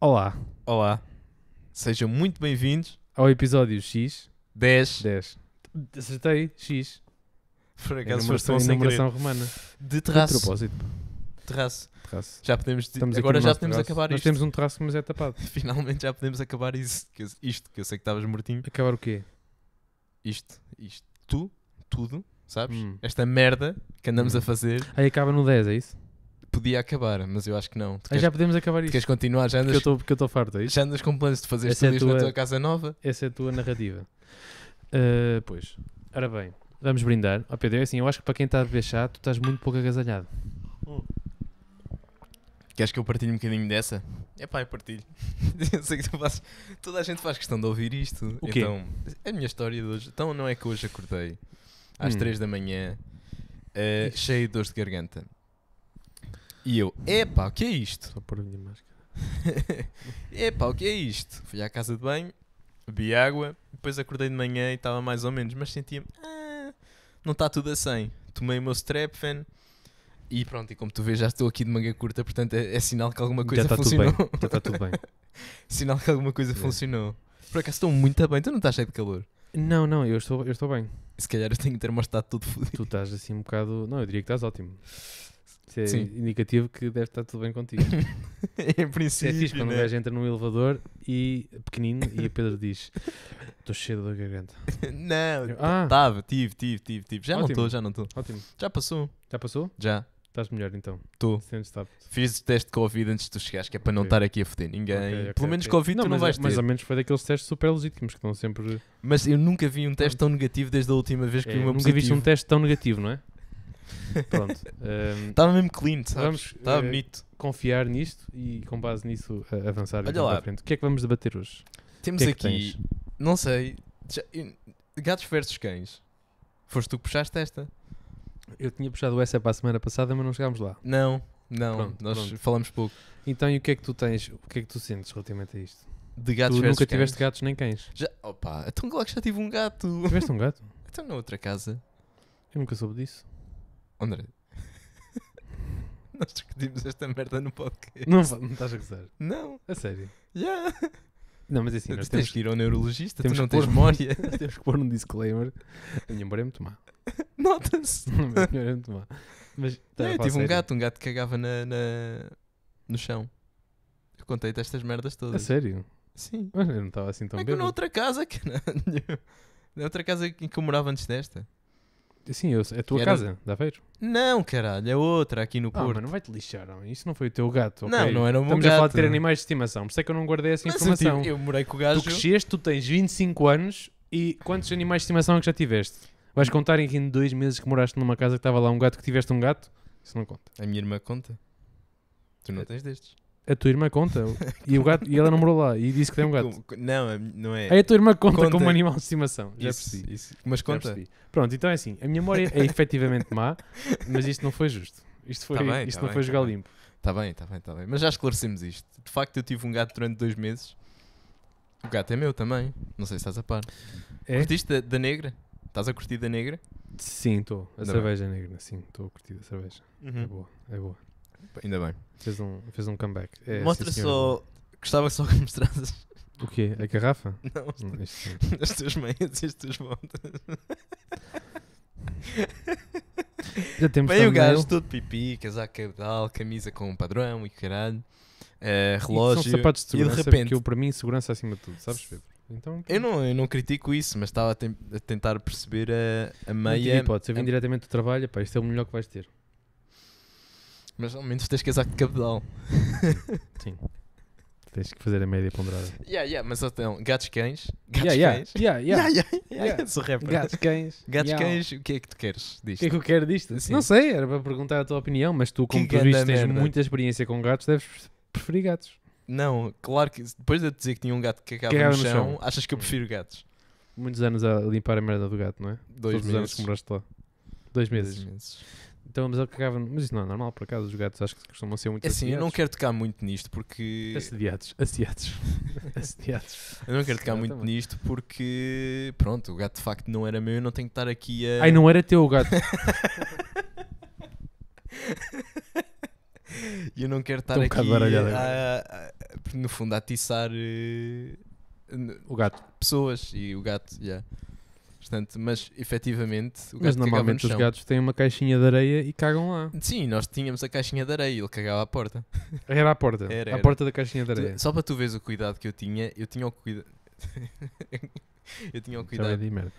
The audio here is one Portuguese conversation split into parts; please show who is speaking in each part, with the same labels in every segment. Speaker 1: Olá,
Speaker 2: Olá, sejam muito bem-vindos.
Speaker 1: ao episódio X
Speaker 2: 10.
Speaker 1: 10. Acertei, X.
Speaker 2: Por
Speaker 1: É
Speaker 2: acaso
Speaker 1: numera-
Speaker 2: foste tão
Speaker 1: é
Speaker 2: sem querer.
Speaker 1: numeração romana.
Speaker 2: De
Speaker 1: De
Speaker 2: terraço.
Speaker 1: propósito.
Speaker 2: terraço.
Speaker 1: Terraço.
Speaker 2: Já podemos. di-
Speaker 1: Estamos aqui
Speaker 2: Agora
Speaker 1: no
Speaker 2: já
Speaker 1: nosso
Speaker 2: podemos
Speaker 1: terraço.
Speaker 2: acabar
Speaker 1: Nós
Speaker 2: isto.
Speaker 1: temos um traço, mas é tapado.
Speaker 2: Finalmente já podemos acabar isso, que eu- isto, que eu sei que estavas mortinho.
Speaker 1: Acabar o quê?
Speaker 2: Isto, isto. Tu, tudo, sabes?
Speaker 1: Hum.
Speaker 2: Esta merda que andamos
Speaker 1: Hum.
Speaker 2: a fazer
Speaker 1: Aí acaba no 10, é isso?
Speaker 2: podia acabar, mas eu acho que não. Tu
Speaker 1: Aí
Speaker 2: queres,
Speaker 1: já podemos acabar
Speaker 2: tu
Speaker 1: isto.
Speaker 2: queres continuar?
Speaker 1: Porque
Speaker 2: Já
Speaker 1: eu
Speaker 2: andas,
Speaker 1: estou- Porque eu estou farto, é isso?
Speaker 2: já andas com planos de fazer
Speaker 1: Essa é a
Speaker 2: estúdios na
Speaker 1: tua-
Speaker 2: tua casa nova?
Speaker 1: Essa é a tua narrativa. Ah, pois. Ora bem, vamos brindar. Ó Pedro, é assim, eu acho que para quem está a beber chá, tu estás muito pouco agasalhado.
Speaker 2: Queres que eu partilhe um bocadinho dessa? É pá, eu partilho. Eu sei que tu fazes- Toda a gente faz questão de ouvir isto.
Speaker 1: O quê?
Speaker 2: Então, a minha história de hoje. Então, não é que hoje acordei às
Speaker 1: Hum.
Speaker 2: 3 da manhã, eh,
Speaker 1: Ixi.
Speaker 2: cheio de dores de garganta. E eu, epá, o que é isto?
Speaker 1: Só pôr a minha máscara.
Speaker 2: epá, o que é isto? Fui à casa de banho, bebi água, depois acordei de manhã e estava mais ou menos, mas sentia-me, "Ah, não está tudo a 100. Tomei o meu Strepfen e pronto, e como tu vês, já estou aqui de manga curta, portanto é, é sinal que alguma coisa
Speaker 1: já está tudo
Speaker 2: funcionou.
Speaker 1: bem. Já está tudo bem.
Speaker 2: Sinal que alguma coisa
Speaker 1: Yeah.
Speaker 2: funcionou. Por acaso estou muito a bem, tu não estás cheio de calor.
Speaker 1: Não, não, eu estou, eu estou bem.
Speaker 2: Se calhar eu tenho termostato todo fodido.
Speaker 1: Tu estás assim um bocado. Não, eu diria que estás ótimo. Isso é
Speaker 2: Sim.
Speaker 1: indicativo que deve estar tudo bem contigo.
Speaker 2: em
Speaker 1: Isso
Speaker 2: princípio.
Speaker 1: é fixe quando um
Speaker 2: né?
Speaker 1: gajo entra num elevador e pequenino e o Pedro diz: Estou cheio da garganta.
Speaker 2: Não,
Speaker 1: Eu- é? Ah.
Speaker 2: estava, tive, tive, tive, tive. Já não
Speaker 1: Ótimo.
Speaker 2: estou, já não estou.
Speaker 1: Ótimo.
Speaker 2: Já passou.
Speaker 1: Já passou?
Speaker 2: Já.
Speaker 1: Estás melhor então.
Speaker 2: Estou.
Speaker 1: Sentes estar.
Speaker 2: Fiz o teste de Covid antes de tu chegares, que é para não
Speaker 1: Ok.
Speaker 2: estar aqui a foder ninguém.
Speaker 1: Ok, ok,
Speaker 2: Pelo menos
Speaker 1: ok.
Speaker 2: Covid tu não
Speaker 1: mas-
Speaker 2: vais ter.
Speaker 1: Mais
Speaker 2: Mas,
Speaker 1: ou menos foi daqueles testes super legítimos que estão sempre.
Speaker 2: eu nunca vi um teste tão negativo desde a última vez que vi
Speaker 1: É,
Speaker 2: uma
Speaker 1: nunca viste um
Speaker 2: positivo.
Speaker 1: teste tão negativo, não é? Pronto. Ahm,
Speaker 2: Estava mesmo clean, sabes?
Speaker 1: vamos
Speaker 2: Estava
Speaker 1: eh,
Speaker 2: bonito.
Speaker 1: confiar nisto e com base nisso a- avançar
Speaker 2: Olha
Speaker 1: então
Speaker 2: lá.
Speaker 1: para a frente. O que é que vamos debater hoje? O
Speaker 2: Temos
Speaker 1: que é que
Speaker 2: aqui,
Speaker 1: tens?
Speaker 2: não sei, já- gatos versus cães. Foste tu que puxaste esta?
Speaker 1: Eu tinha puxado essa para a semana passada, mas não chegámos lá.
Speaker 2: Não, não,
Speaker 1: Pronto,
Speaker 2: nós
Speaker 1: pronto.
Speaker 2: falamos pouco.
Speaker 1: Então, e o que é que tu tens? O que é que tu sentes relativamente a isto?
Speaker 2: De gatos
Speaker 1: tu
Speaker 2: versus
Speaker 1: nunca
Speaker 2: cães.
Speaker 1: tiveste gatos nem cães.
Speaker 2: Já, opa, então claro que já tive um gato.
Speaker 1: Tiveste um gato?
Speaker 2: Então na outra casa.
Speaker 1: Eu nunca soube disso.
Speaker 2: André. Nós discutimos esta merda no podcast.
Speaker 1: Não, fa- não estás a gozar.
Speaker 2: Não,
Speaker 1: A sério.
Speaker 2: já.
Speaker 1: Não, mas é assim,
Speaker 2: Tu
Speaker 1: nós
Speaker 2: tens
Speaker 1: temos,
Speaker 2: que ir ao neurologista,
Speaker 1: temos
Speaker 2: tu não
Speaker 1: que pôr-
Speaker 2: tens memória.
Speaker 1: temos que pôr um disclaimer. A minha memória é muito má.
Speaker 2: Nota-se.
Speaker 1: A minha memória é muito má. Mas, tá,
Speaker 2: Não, eu
Speaker 1: fala
Speaker 2: tive um
Speaker 1: sério.
Speaker 2: gato, um gato que cagava na, na- no chão. Eu contei-te estas merdas
Speaker 1: A
Speaker 2: todas.
Speaker 1: sério?
Speaker 2: Sim.
Speaker 1: Mas eu não estava assim tão
Speaker 2: Como é que eu na
Speaker 1: bêbado.
Speaker 2: outra casa, caralho? Na outra casa em que eu morava antes desta?
Speaker 1: Sim, eu, é a tua
Speaker 2: Era-
Speaker 1: casa, da Aveiro.
Speaker 2: Não, caralho, é outra aqui no
Speaker 1: Ah,
Speaker 2: Porto.
Speaker 1: mas não vai-te lixar, homem. Isso não foi o teu gato,
Speaker 2: Não,
Speaker 1: ok?
Speaker 2: não era o meu
Speaker 1: Estamos a falar de ter
Speaker 2: gato.
Speaker 1: animais de estimação. Por isso é que eu não guardei essa
Speaker 2: Mas eu
Speaker 1: informação.
Speaker 2: tive- eu morei com o
Speaker 1: Tu
Speaker 2: gajo.
Speaker 1: cresceste, tu tens 25 anos e quantos animais de estimação é que já tiveste? Vais contar em que em dois meses que moraste numa casa que estava lá um gato que tiveste um gato? Isso não conta.
Speaker 2: A minha irmã conta. Tu
Speaker 1: É.
Speaker 2: não tens destes.
Speaker 1: A tua irmã conta. E, o gato, e ela não morou lá e disse que tem um gato.
Speaker 2: Como- co- Não, a mi- não é.
Speaker 1: Aí a tua irmã conta,
Speaker 2: Conta.
Speaker 1: como animal de estimação. Já
Speaker 2: Isso,
Speaker 1: percebi.
Speaker 2: isso. Mas
Speaker 1: já
Speaker 2: conta.
Speaker 1: percebi. Pronto, então é assim. A minha memória é efetivamente má, mas isto não foi justo. Isto, foi,
Speaker 2: Tá bem,
Speaker 1: isto
Speaker 2: tá
Speaker 1: não
Speaker 2: bem,
Speaker 1: foi
Speaker 2: tá
Speaker 1: jogar
Speaker 2: bem.
Speaker 1: limpo.
Speaker 2: Está bem, está bem, está bem. Mas já esclarecemos isto. De facto, eu tive um gato durante dois meses. O gato é meu também. Não sei se estás a par.
Speaker 1: É?
Speaker 2: Curtiste da, da negra? Estás a curtir da negra?
Speaker 1: Sim, estou. A
Speaker 2: Ainda
Speaker 1: cerveja negra. Sim, estou a curtir a cerveja. É
Speaker 2: Uhum.
Speaker 1: boa, é boa.
Speaker 2: Ainda bem.
Speaker 1: Fez um, fez um comeback. É, sim,
Speaker 2: Mostra
Speaker 1: senhora,
Speaker 2: só. Gostava só que mostrasses.
Speaker 1: boa. O quê? A garrafa?
Speaker 2: Não,
Speaker 1: Não, isto não.
Speaker 2: as tuas meias e as tuas botas.
Speaker 1: Já temos
Speaker 2: Bem, o
Speaker 1: thumbnail.
Speaker 2: gajo todo pipi, casaco cabedal, camisa com um padrão e caralho. eh,
Speaker 1: E
Speaker 2: relógio.
Speaker 1: São sapatos de
Speaker 2: e de
Speaker 1: segurança,
Speaker 2: repente-
Speaker 1: é? porque eu, para mim, segurança acima de tudo, sabes, Pedro? Então,
Speaker 2: Eu não, eu não critico isso, mas estava a, tem- a tentar perceber a, a
Speaker 1: não tive
Speaker 2: meia. é um
Speaker 1: hipótese, eu vim
Speaker 2: a-
Speaker 1: diretamente do trabalho, pá, isto é o melhor que vais ter.
Speaker 2: mas ao menos tens casaco de cabedal.
Speaker 1: Sim. Tens que fazer a média ponderada.
Speaker 2: Yeah, yeah, mas então, gatos cães. Gatos
Speaker 1: yeah,
Speaker 2: cães.
Speaker 1: yeah, yeah, yeah.
Speaker 2: Yeah, yeah, yeah,
Speaker 1: Yeah.
Speaker 2: sou rapper.
Speaker 1: Gatos, cães.
Speaker 2: Gatos
Speaker 1: yeah.
Speaker 2: cães, o que é que tu queres
Speaker 1: O
Speaker 2: disto?
Speaker 1: que é que eu quero disto?
Speaker 2: Sim.
Speaker 1: Não sei, era para perguntar a tua opinião, mas tu, como
Speaker 2: Que
Speaker 1: tu viste,
Speaker 2: ganda
Speaker 1: tens
Speaker 2: merda.
Speaker 1: muita experiência com gatos, deves preferir gatos.
Speaker 2: Não, claro que depois de eu te dizer que tinha um gato que cagava no,
Speaker 1: Cagava no
Speaker 2: chão,
Speaker 1: chão.
Speaker 2: achas que eu prefiro gatos?
Speaker 1: Muitos anos a limpar a merda do gato, não é?
Speaker 2: Dois
Speaker 1: Todos os anos
Speaker 2: meses.
Speaker 1: que moraste lá. Dois meses.
Speaker 2: Dois meses.
Speaker 1: Então, mas ele cagava. no- Mas isso não é normal, por acaso. Os gatos acho que costumam ser muito
Speaker 2: É assim, eu não
Speaker 1: assediados.
Speaker 2: quero tocar muito nisto porque.
Speaker 1: Assediados. Assediados. assediados.
Speaker 2: Eu não quero tocar
Speaker 1: calhar
Speaker 2: muito
Speaker 1: também.
Speaker 2: nisto porque. Pronto, o gato de facto não era meu, eu não tenho que estar aqui a.
Speaker 1: Ai, não era teu o gato.
Speaker 2: E eu não quero estar
Speaker 1: Estou um
Speaker 2: aqui
Speaker 1: bocado baralhado
Speaker 2: a, a- porque, no fundo, a atiçar eh, n-
Speaker 1: O gato.
Speaker 2: pessoas e o gato, yeah. Portanto, mas efetivamente o gato
Speaker 1: Mas
Speaker 2: cagava
Speaker 1: normalmente
Speaker 2: no
Speaker 1: os
Speaker 2: chão.
Speaker 1: gatos têm uma caixinha de areia e cagam lá.
Speaker 2: Sim, nós tínhamos a caixinha de areia e ele cagava à porta.
Speaker 1: Era à porta.
Speaker 2: Era,
Speaker 1: À
Speaker 2: era.
Speaker 1: porta da caixinha de areia.
Speaker 2: Só para tu veres o cuidado que eu tinha, eu tinha o cuidado. eu tinha o
Speaker 1: Já vai
Speaker 2: cuidado.
Speaker 1: de merda.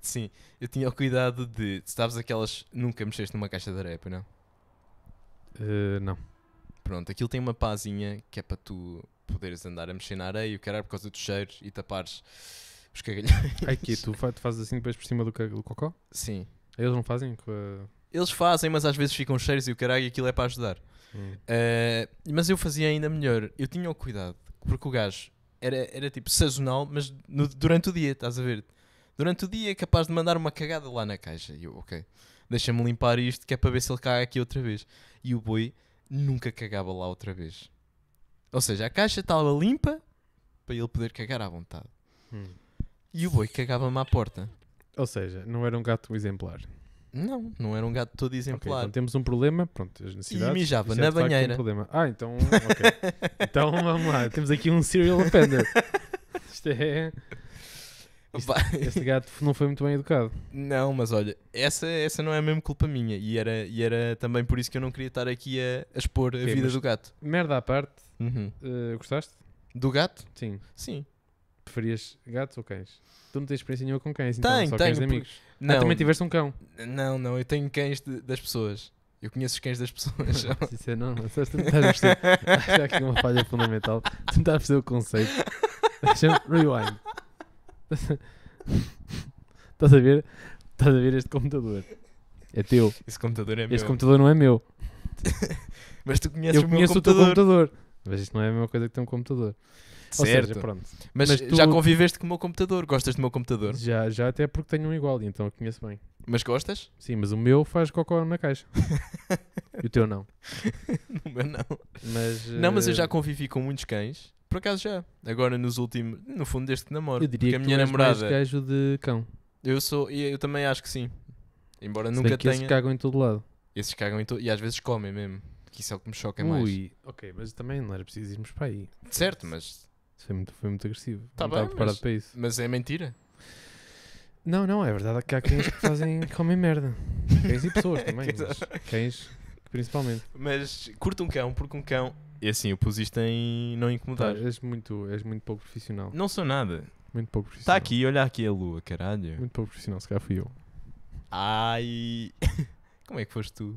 Speaker 2: Sim, eu tinha o cuidado de. Sabes aquelas. Nunca mexeste numa caixa de areia, pois não?
Speaker 1: Eh, não.
Speaker 2: Pronto, aquilo tem uma pazinha que é para tu poderes andar a mexer na areia e o caralho por causa dos cheiros e tapares os cagalhões.
Speaker 1: Ai que tu, fa- tu fazes assim depois por cima do, ca- do cocó?
Speaker 2: Sim.
Speaker 1: Eles não fazem? com a-
Speaker 2: Eles fazem, mas às vezes ficam cheiros e o caralho e aquilo é para ajudar.
Speaker 1: Hum.
Speaker 2: Eh, mas eu fazia ainda melhor. Eu tinha o cuidado, porque o gajo era, era tipo sazonal, mas no- durante o dia, estás a ver? Durante o dia é capaz de mandar uma cagada lá na caixa. E eu, ok, deixa-me limpar isto que é para ver se ele caga aqui outra vez. E o boi nunca cagava lá outra vez. Ou seja, a caixa estava limpa para ele poder cagar à vontade.
Speaker 1: Hum.
Speaker 2: E o boi cagava-me à porta.
Speaker 1: Ou seja, não era um gato exemplar.
Speaker 2: Não, não era um gato todo
Speaker 1: Ok,
Speaker 2: exemplar.
Speaker 1: então temos um problema, pronto, as necessidades.
Speaker 2: mijava
Speaker 1: Isto é
Speaker 2: na
Speaker 1: de facto
Speaker 2: banheira.
Speaker 1: Um problema. Ah, então, ok. então vamos lá, temos aqui um serial offender. Isto é...
Speaker 2: Vai.
Speaker 1: Este gato não foi muito bem educado.
Speaker 2: Não, mas olha, essa, essa não é mesmo culpa minha. E era, e era também por isso que eu não queria estar aqui a, a expor a
Speaker 1: Ok,
Speaker 2: vida
Speaker 1: mas-
Speaker 2: do gato.
Speaker 1: Merda à parte,
Speaker 2: Uhum.
Speaker 1: eh, gostaste?
Speaker 2: Do gato?
Speaker 1: Sim.
Speaker 2: Sim.
Speaker 1: Preferias gatos ou cães? Tu não tens experiência nenhuma com cães, então
Speaker 2: Tenho,
Speaker 1: só cães de
Speaker 2: tenho,
Speaker 1: amigos. Ah, também tiveste um cão.
Speaker 2: não, não, eu tenho cães de- das pessoas. Eu conheço os cães das pessoas.
Speaker 1: Isso é não, não estás a tentar perceber. Acho que há aqui uma falha fundamental. Tentar perceber o conceito. Deixa-me rewind. Estás a ver? Estás a ver este computador? É teu.
Speaker 2: Esse computador é meu.
Speaker 1: Este computador não é meu.
Speaker 2: Mas tu conheces
Speaker 1: Eu
Speaker 2: o meu
Speaker 1: conheço o teu
Speaker 2: computador.
Speaker 1: computador. Mas isto não é a mesma coisa que ter um computador.
Speaker 2: Certo.
Speaker 1: Ou seja, pronto.
Speaker 2: mas
Speaker 1: mas tu-
Speaker 2: já conviveste com o meu computador. Gostas do meu computador?
Speaker 1: Já, já até porque tenho um igual, e então eu conheço bem.
Speaker 2: Mas gostas?
Speaker 1: Sim, mas o meu faz cocó na caixa. e o teu não.
Speaker 2: O meu não.
Speaker 1: Mas,
Speaker 2: Não, mas eu
Speaker 1: eh,
Speaker 2: já convivi com muitos cães. Por acaso já. Agora nos últimos. No fundo, desde que namoro.
Speaker 1: Eu diria
Speaker 2: porque
Speaker 1: que
Speaker 2: a minha
Speaker 1: tu és mais
Speaker 2: namorada.
Speaker 1: gajo de cão.
Speaker 2: Eu sou, e eu também acho que sim. Embora
Speaker 1: Se bem
Speaker 2: nunca
Speaker 1: que eles
Speaker 2: tenha.
Speaker 1: cagam em todo lado.
Speaker 2: Esses cagam em todo. E às vezes comem mesmo. Que isso é o que me choca mais.
Speaker 1: Ui, ok, mas também não era preciso irmos para aí.
Speaker 2: Certo, mas,
Speaker 1: Isso foi muito, foi muito agressivo.
Speaker 2: Tá
Speaker 1: não
Speaker 2: bem,
Speaker 1: estava preparado
Speaker 2: mas-
Speaker 1: para isso.
Speaker 2: mas é mentira.
Speaker 1: Não, não, é verdade que há cães que fazem comem merda. Cães e pessoas também, mas cães principalmente.
Speaker 2: Mas curto um cão, porque um cão. E assim, eu pus isto em não
Speaker 1: Pá,
Speaker 2: incomodar.
Speaker 1: Tá, és, muito, és muito pouco profissional.
Speaker 2: Tá. Não sou nada.
Speaker 1: Muito pouco
Speaker 2: Está
Speaker 1: profissional.
Speaker 2: aqui, olha aqui a lua, caralho.
Speaker 1: Muito pouco profissional, se calhar fui eu.
Speaker 2: Ai. Como é que foste tu?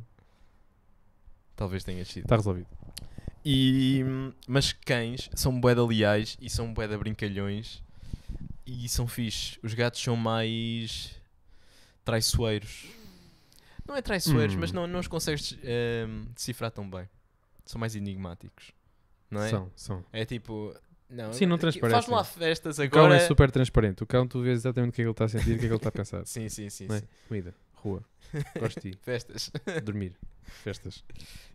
Speaker 2: Talvez tenhas sido.
Speaker 1: Está Tá resolvido.
Speaker 2: E, mas cães são boeda leais e são boeda brincalhões e são fixe. Os gatos são mais traiçoeiros. Não é traiçoeiros,
Speaker 1: Hum.
Speaker 2: mas não, não os consegues ehm, decifrar tão bem. São mais enigmáticos. Não é?
Speaker 1: São, são.
Speaker 2: É tipo. Não,
Speaker 1: Sim, não
Speaker 2: Faz
Speaker 1: transparecem.
Speaker 2: lá festas
Speaker 1: O cão
Speaker 2: agora.
Speaker 1: é super transparente. O cão tu vês exatamente o que é que ele está a sentir, o que é que ele está a pensar.
Speaker 2: Sim, sim, sim.
Speaker 1: Não é?
Speaker 2: sim.
Speaker 1: Comida, rua, gosto de ti,
Speaker 2: Festas.
Speaker 1: dormir, festas.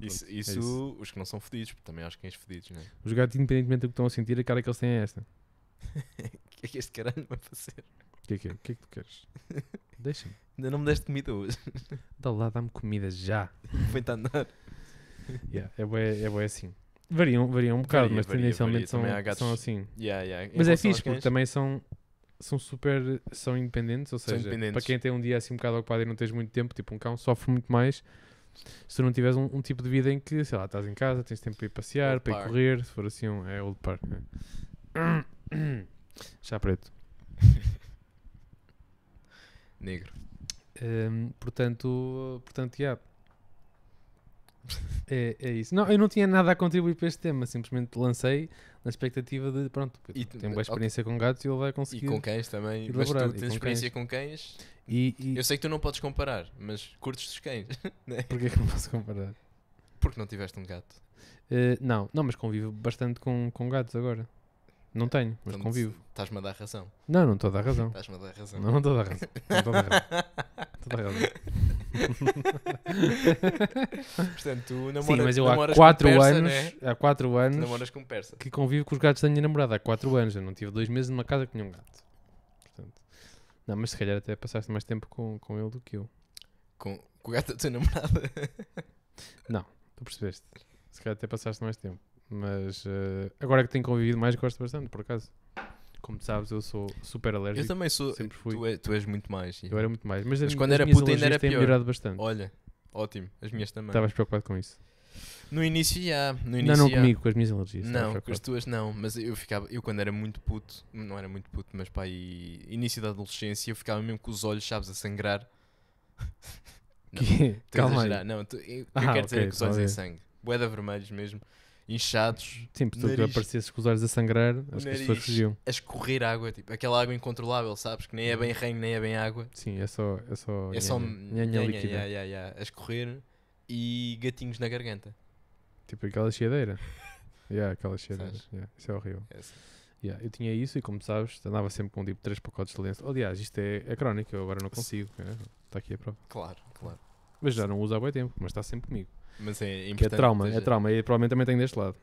Speaker 2: Isso, isso,
Speaker 1: isso.
Speaker 2: os que não são fedidos, porque também acho que cães fedidos, não é?
Speaker 1: Os gatos, independentemente do que estão a sentir, a cara que eles têm é esta.
Speaker 2: O que é que este caralho vai fazer?
Speaker 1: O que é que é? O que é que tu queres? Deixa-me.
Speaker 2: Ainda não me deste comida hoje.
Speaker 1: Dá lá, dá-me comida já.
Speaker 2: Foi-te a andar.
Speaker 1: Yeah, é bué, é bué assim. Variam, variam um bocado,
Speaker 2: Varia,
Speaker 1: mas
Speaker 2: varia,
Speaker 1: tendencialmente
Speaker 2: varia. Também há
Speaker 1: São,
Speaker 2: gatos
Speaker 1: são assim.
Speaker 2: Yeah, yeah. Em
Speaker 1: Mas é
Speaker 2: relação aos
Speaker 1: fixe, porque
Speaker 2: cães,
Speaker 1: também são, são super, são independentes, ou
Speaker 2: São
Speaker 1: seja,
Speaker 2: independentes.
Speaker 1: para quem tem um dia assim um bocado ocupado e não tens muito tempo, tipo um cão sofre muito mais se tu não tiveres um, um tipo de vida em que, sei lá, estás em casa, tens tempo para ir passear,
Speaker 2: Old
Speaker 1: para ir
Speaker 2: Park.
Speaker 1: correr, se for assim, um, é old park. é. Chá preto.
Speaker 2: Negro.
Speaker 1: Hum, portanto, portanto, yeah. é, é isso. Não, eu não tinha nada a contribuir para este tema, simplesmente lancei na expectativa de, pronto,
Speaker 2: E-
Speaker 1: tem uma boa experiência com gatos e ele vai
Speaker 2: E
Speaker 1: conseguir.
Speaker 2: com cães também.
Speaker 1: elaborar,
Speaker 2: Mas
Speaker 1: e com
Speaker 2: tu tens experiência com cães.
Speaker 1: E, e-
Speaker 2: Eu sei que tu não podes comparar, mas curtes dos cães.
Speaker 1: Porquê que não posso comparar?
Speaker 2: Porque não tiveste um gato.
Speaker 1: Eh, não, não, mas convivo bastante com, com gatos agora. Não tenho, mas
Speaker 2: Então,
Speaker 1: convivo.
Speaker 2: Estás-me a dar razão.
Speaker 1: Não, não estou a dar razão.
Speaker 2: Estás-me a dar razão.
Speaker 1: Não, não estou a dar razão. Não estou a dar razão. Estou a dar razão.
Speaker 2: Portanto, tu namora,
Speaker 1: Sim, mas eu
Speaker 2: namoras
Speaker 1: há
Speaker 2: então
Speaker 1: 4
Speaker 2: com persa,
Speaker 1: anos,
Speaker 2: Né?
Speaker 1: há 4
Speaker 2: Tu
Speaker 1: anos
Speaker 2: Namoras com persa.
Speaker 1: que convivo com os gatos da minha namorada há 4 anos. Eu não tive dois meses numa casa com nenhum gato. Portanto, não, mas se calhar até passaste mais tempo com, com ele do que eu.
Speaker 2: Com, com o gato da tua namorada.
Speaker 1: Tu percebeste? Se calhar até passaste mais tempo. Mas eh, agora que tenho convivido mais, gosto bastante, por acaso. Como tu sabes, eu sou super
Speaker 2: Eu
Speaker 1: alérgico.
Speaker 2: também sou.
Speaker 1: sempre fui.
Speaker 2: Tu, é- tu és muito mais.
Speaker 1: Eu era muito mais. Mas,
Speaker 2: Mas
Speaker 1: as,
Speaker 2: quando
Speaker 1: as
Speaker 2: era
Speaker 1: minhas
Speaker 2: puto ainda
Speaker 1: alergias
Speaker 2: era
Speaker 1: têm
Speaker 2: pior.
Speaker 1: melhorado bastante.
Speaker 2: Olha, ótimo. As minhas também.
Speaker 1: Estavas preocupado com isso?
Speaker 2: No início já. No
Speaker 1: Tá não,
Speaker 2: início,
Speaker 1: não
Speaker 2: já.
Speaker 1: comigo, com as minhas alergias. estava
Speaker 2: Não, com as
Speaker 1: preocupado.
Speaker 2: tuas não, mas eu ficava, eu quando era muito puto, não era muito puto, mas pá, aí, início da adolescência, eu ficava mesmo com os olhos, sabes, a sangrar. Não,
Speaker 1: Que-
Speaker 2: Estou a
Speaker 1: Calma aí.
Speaker 2: exagerar. Não, tu- eu, o que eu
Speaker 1: Ah,
Speaker 2: quero dizer é
Speaker 1: ok,
Speaker 2: que os olhos em
Speaker 1: está
Speaker 2: sangue, boeda vermelhos mesmo, inchados,
Speaker 1: Sim, porque tu
Speaker 2: Nariz.
Speaker 1: aparecesses com os olhos a sangrar, as
Speaker 2: nariz.
Speaker 1: pessoas fugiam.
Speaker 2: a escorrer água, tipo, aquela água incontrolável, sabes, que nem é
Speaker 1: Uhum.
Speaker 2: bem reino, nem é bem água.
Speaker 1: Sim, é só. É só.
Speaker 2: É só
Speaker 1: nhanha- nhanha
Speaker 2: nhanha,
Speaker 1: líquida.
Speaker 2: ya, ya, ya, a escorrer e gatinhos na garganta.
Speaker 1: Tipo aquela cheideira. yeah, aquela cheideira.
Speaker 2: Sabes?
Speaker 1: Yeah, isso é horrível.
Speaker 2: É assim.
Speaker 1: Yeah, eu tinha isso e, como sabes, andava sempre com tipo 3 pacotes de lenço. Aliás, isto é, é crónico, eu agora não consigo. é, Está aqui a prova.
Speaker 2: Claro, claro.
Speaker 1: Mas já não uso há bom tempo, mas está sempre comigo.
Speaker 2: Mas é
Speaker 1: Que é
Speaker 2: importante.
Speaker 1: trauma, é
Speaker 2: esteja-
Speaker 1: trauma. E provavelmente também tenho deste lado.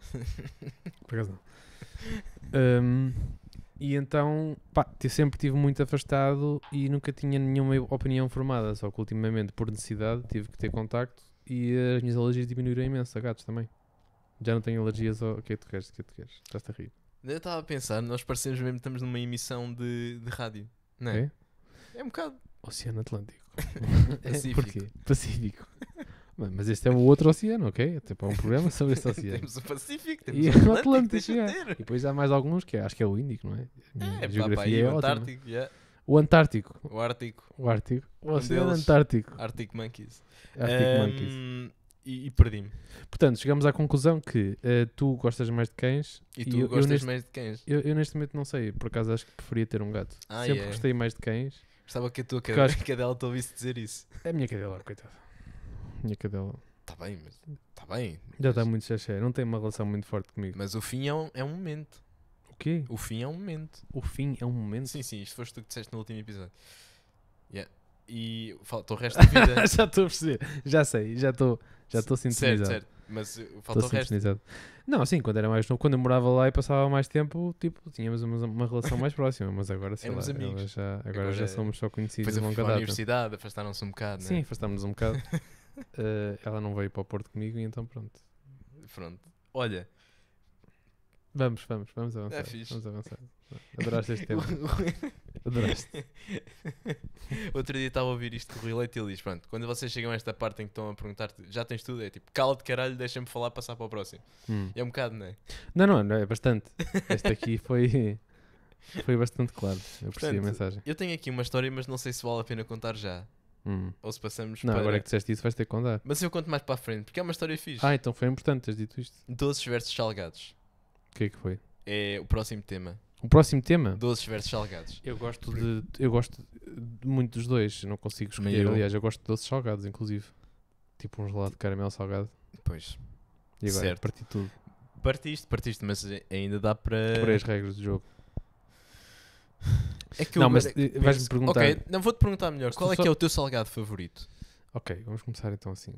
Speaker 1: Por acaso não. Ahm, e então, pá, eu sempre estive muito afastado e nunca tinha nenhuma opinião formada. Só que ultimamente, por necessidade, tive que ter contacto e as minhas alergias diminuíram imenso. A gatos também. Já não tenho alergias ao. O que é que tu queres? O que é que tu queres? Estás-te a rir?
Speaker 2: Eu estava a pensar, nós parecemos mesmo que estamos numa emissão de, de rádio, não é?
Speaker 1: É?
Speaker 2: É um bocado.
Speaker 1: Oceano Atlântico.
Speaker 2: Pacífico.
Speaker 1: Porquê? Pacífico. Bem, Mas este é o outro oceano, ok? É tipo um programa sobre esse oceano.
Speaker 2: temos o Pacífico, temos
Speaker 1: E
Speaker 2: o
Speaker 1: o
Speaker 2: Atlântico,
Speaker 1: Atlântico,
Speaker 2: deixa
Speaker 1: já.
Speaker 2: ter.
Speaker 1: E depois há mais alguns que é- acho que é o Índico, não é? A minha
Speaker 2: É, pá,
Speaker 1: geografia
Speaker 2: pá, aí
Speaker 1: é
Speaker 2: o
Speaker 1: ótima.
Speaker 2: Antártico, yeah.
Speaker 1: O Antártico.
Speaker 2: o Ártico,
Speaker 1: O Ártico. é O
Speaker 2: Um
Speaker 1: Oceano
Speaker 2: deles.
Speaker 1: Antártico.
Speaker 2: Arctic Monkeys.
Speaker 1: Arctic Monkeys.
Speaker 2: Ahm, E, e perdi-me.
Speaker 1: Portanto, chegamos à conclusão que eh, tu gostas mais de cães
Speaker 2: E tu
Speaker 1: eu, eu
Speaker 2: gostas
Speaker 1: neste,
Speaker 2: mais de cães?
Speaker 1: eu, eu neste momento não sei, por acaso acho que preferia ter um gato.
Speaker 2: Ah,
Speaker 1: Sempre
Speaker 2: é?
Speaker 1: gostei mais de cães.
Speaker 2: Gostava que a tua
Speaker 1: Porque eu
Speaker 2: cadela,
Speaker 1: acho
Speaker 2: cadela te ouvisse dizer isso.
Speaker 1: É a minha cadela, coitada. Minha cadela.
Speaker 2: Está bem, mas. Está bem.
Speaker 1: Já está muito xaxé, não tem uma relação muito forte comigo.
Speaker 2: Mas o fim é um, é um momento.
Speaker 1: O quê?
Speaker 2: O fim é um momento.
Speaker 1: O fim é um momento.
Speaker 2: Sim, sim, isto foste tu que disseste no último episódio. Yeah. E falta o resto da vida.
Speaker 1: já estou a perceber, já sei, já estou já estou sintonizado.
Speaker 2: Certo, certo. Mas uh, falta
Speaker 1: Estou
Speaker 2: o resto.
Speaker 1: Tá sintonizado. Não, sim, quando era mais novo, quando eu morava lá e passava mais tempo, tipo, tínhamos uma, uma relação mais próxima, mas agora sei
Speaker 2: Éramos
Speaker 1: lá,
Speaker 2: amigos.
Speaker 1: agora já, agora
Speaker 2: Agora
Speaker 1: já
Speaker 2: é-
Speaker 1: somos só conhecidos
Speaker 2: Depois
Speaker 1: de
Speaker 2: eu fui
Speaker 1: longa
Speaker 2: para a
Speaker 1: data.
Speaker 2: universidade, afastaram-se um bocado,
Speaker 1: Sim, afastámos um bocado. Eh, ela não veio para o Porto comigo e então pronto.
Speaker 2: não é? Pronto. Olha,
Speaker 1: Vamos, vamos, vamos avançar.
Speaker 2: É fixe.
Speaker 1: vamos avançar. Adoraste este tema. Adoraste.
Speaker 2: Outro dia estava a ouvir isto com o Rui Leite e ele diz: Pronto, quando vocês chegam a esta parte em que estão a perguntar-te, já tens tudo? É tipo, cala de caralho, deixa-me falar, passar para o próximo.
Speaker 1: Hum.
Speaker 2: É um bocado, não é?
Speaker 1: Não, não, não, é bastante. Este aqui foi, foi bastante claro. Eu percebi
Speaker 2: Portanto,
Speaker 1: a mensagem.
Speaker 2: Eu tenho aqui uma história, mas não sei se vale a pena contar já.
Speaker 1: Hum.
Speaker 2: Ou se passamos
Speaker 1: Não,
Speaker 2: para.
Speaker 1: agora é que disseste isso vais ter que contar.
Speaker 2: Mas eu conto mais para a frente, porque é uma história fixe.
Speaker 1: Ah, então foi importante teres dito isto.
Speaker 2: Doces versus salgados.
Speaker 1: O que é que foi?
Speaker 2: É o próximo tema.
Speaker 1: O próximo tema?
Speaker 2: Doces versus salgados.
Speaker 1: Eu gosto de. Eu gosto de- muito dos dois. Não consigo
Speaker 2: Também
Speaker 1: escolher.
Speaker 2: eu.
Speaker 1: Aliás, eu gosto de doces salgados, inclusive. Tipo um gelado de caramelo salgado.
Speaker 2: Pois.
Speaker 1: E agora,
Speaker 2: Certo.
Speaker 1: parti tudo.
Speaker 2: Partiste, partiste, mas ainda dá para.
Speaker 1: Por as regras do jogo.
Speaker 2: É que
Speaker 1: Não,
Speaker 2: eu
Speaker 1: mas,
Speaker 2: agora
Speaker 1: eh, vais-me
Speaker 2: penso-
Speaker 1: perguntar-
Speaker 2: Ok, não vou-te perguntar melhor.
Speaker 1: Se
Speaker 2: Qual
Speaker 1: tu
Speaker 2: é que
Speaker 1: só-
Speaker 2: é o teu salgado favorito?
Speaker 1: Ok, vamos começar então assim.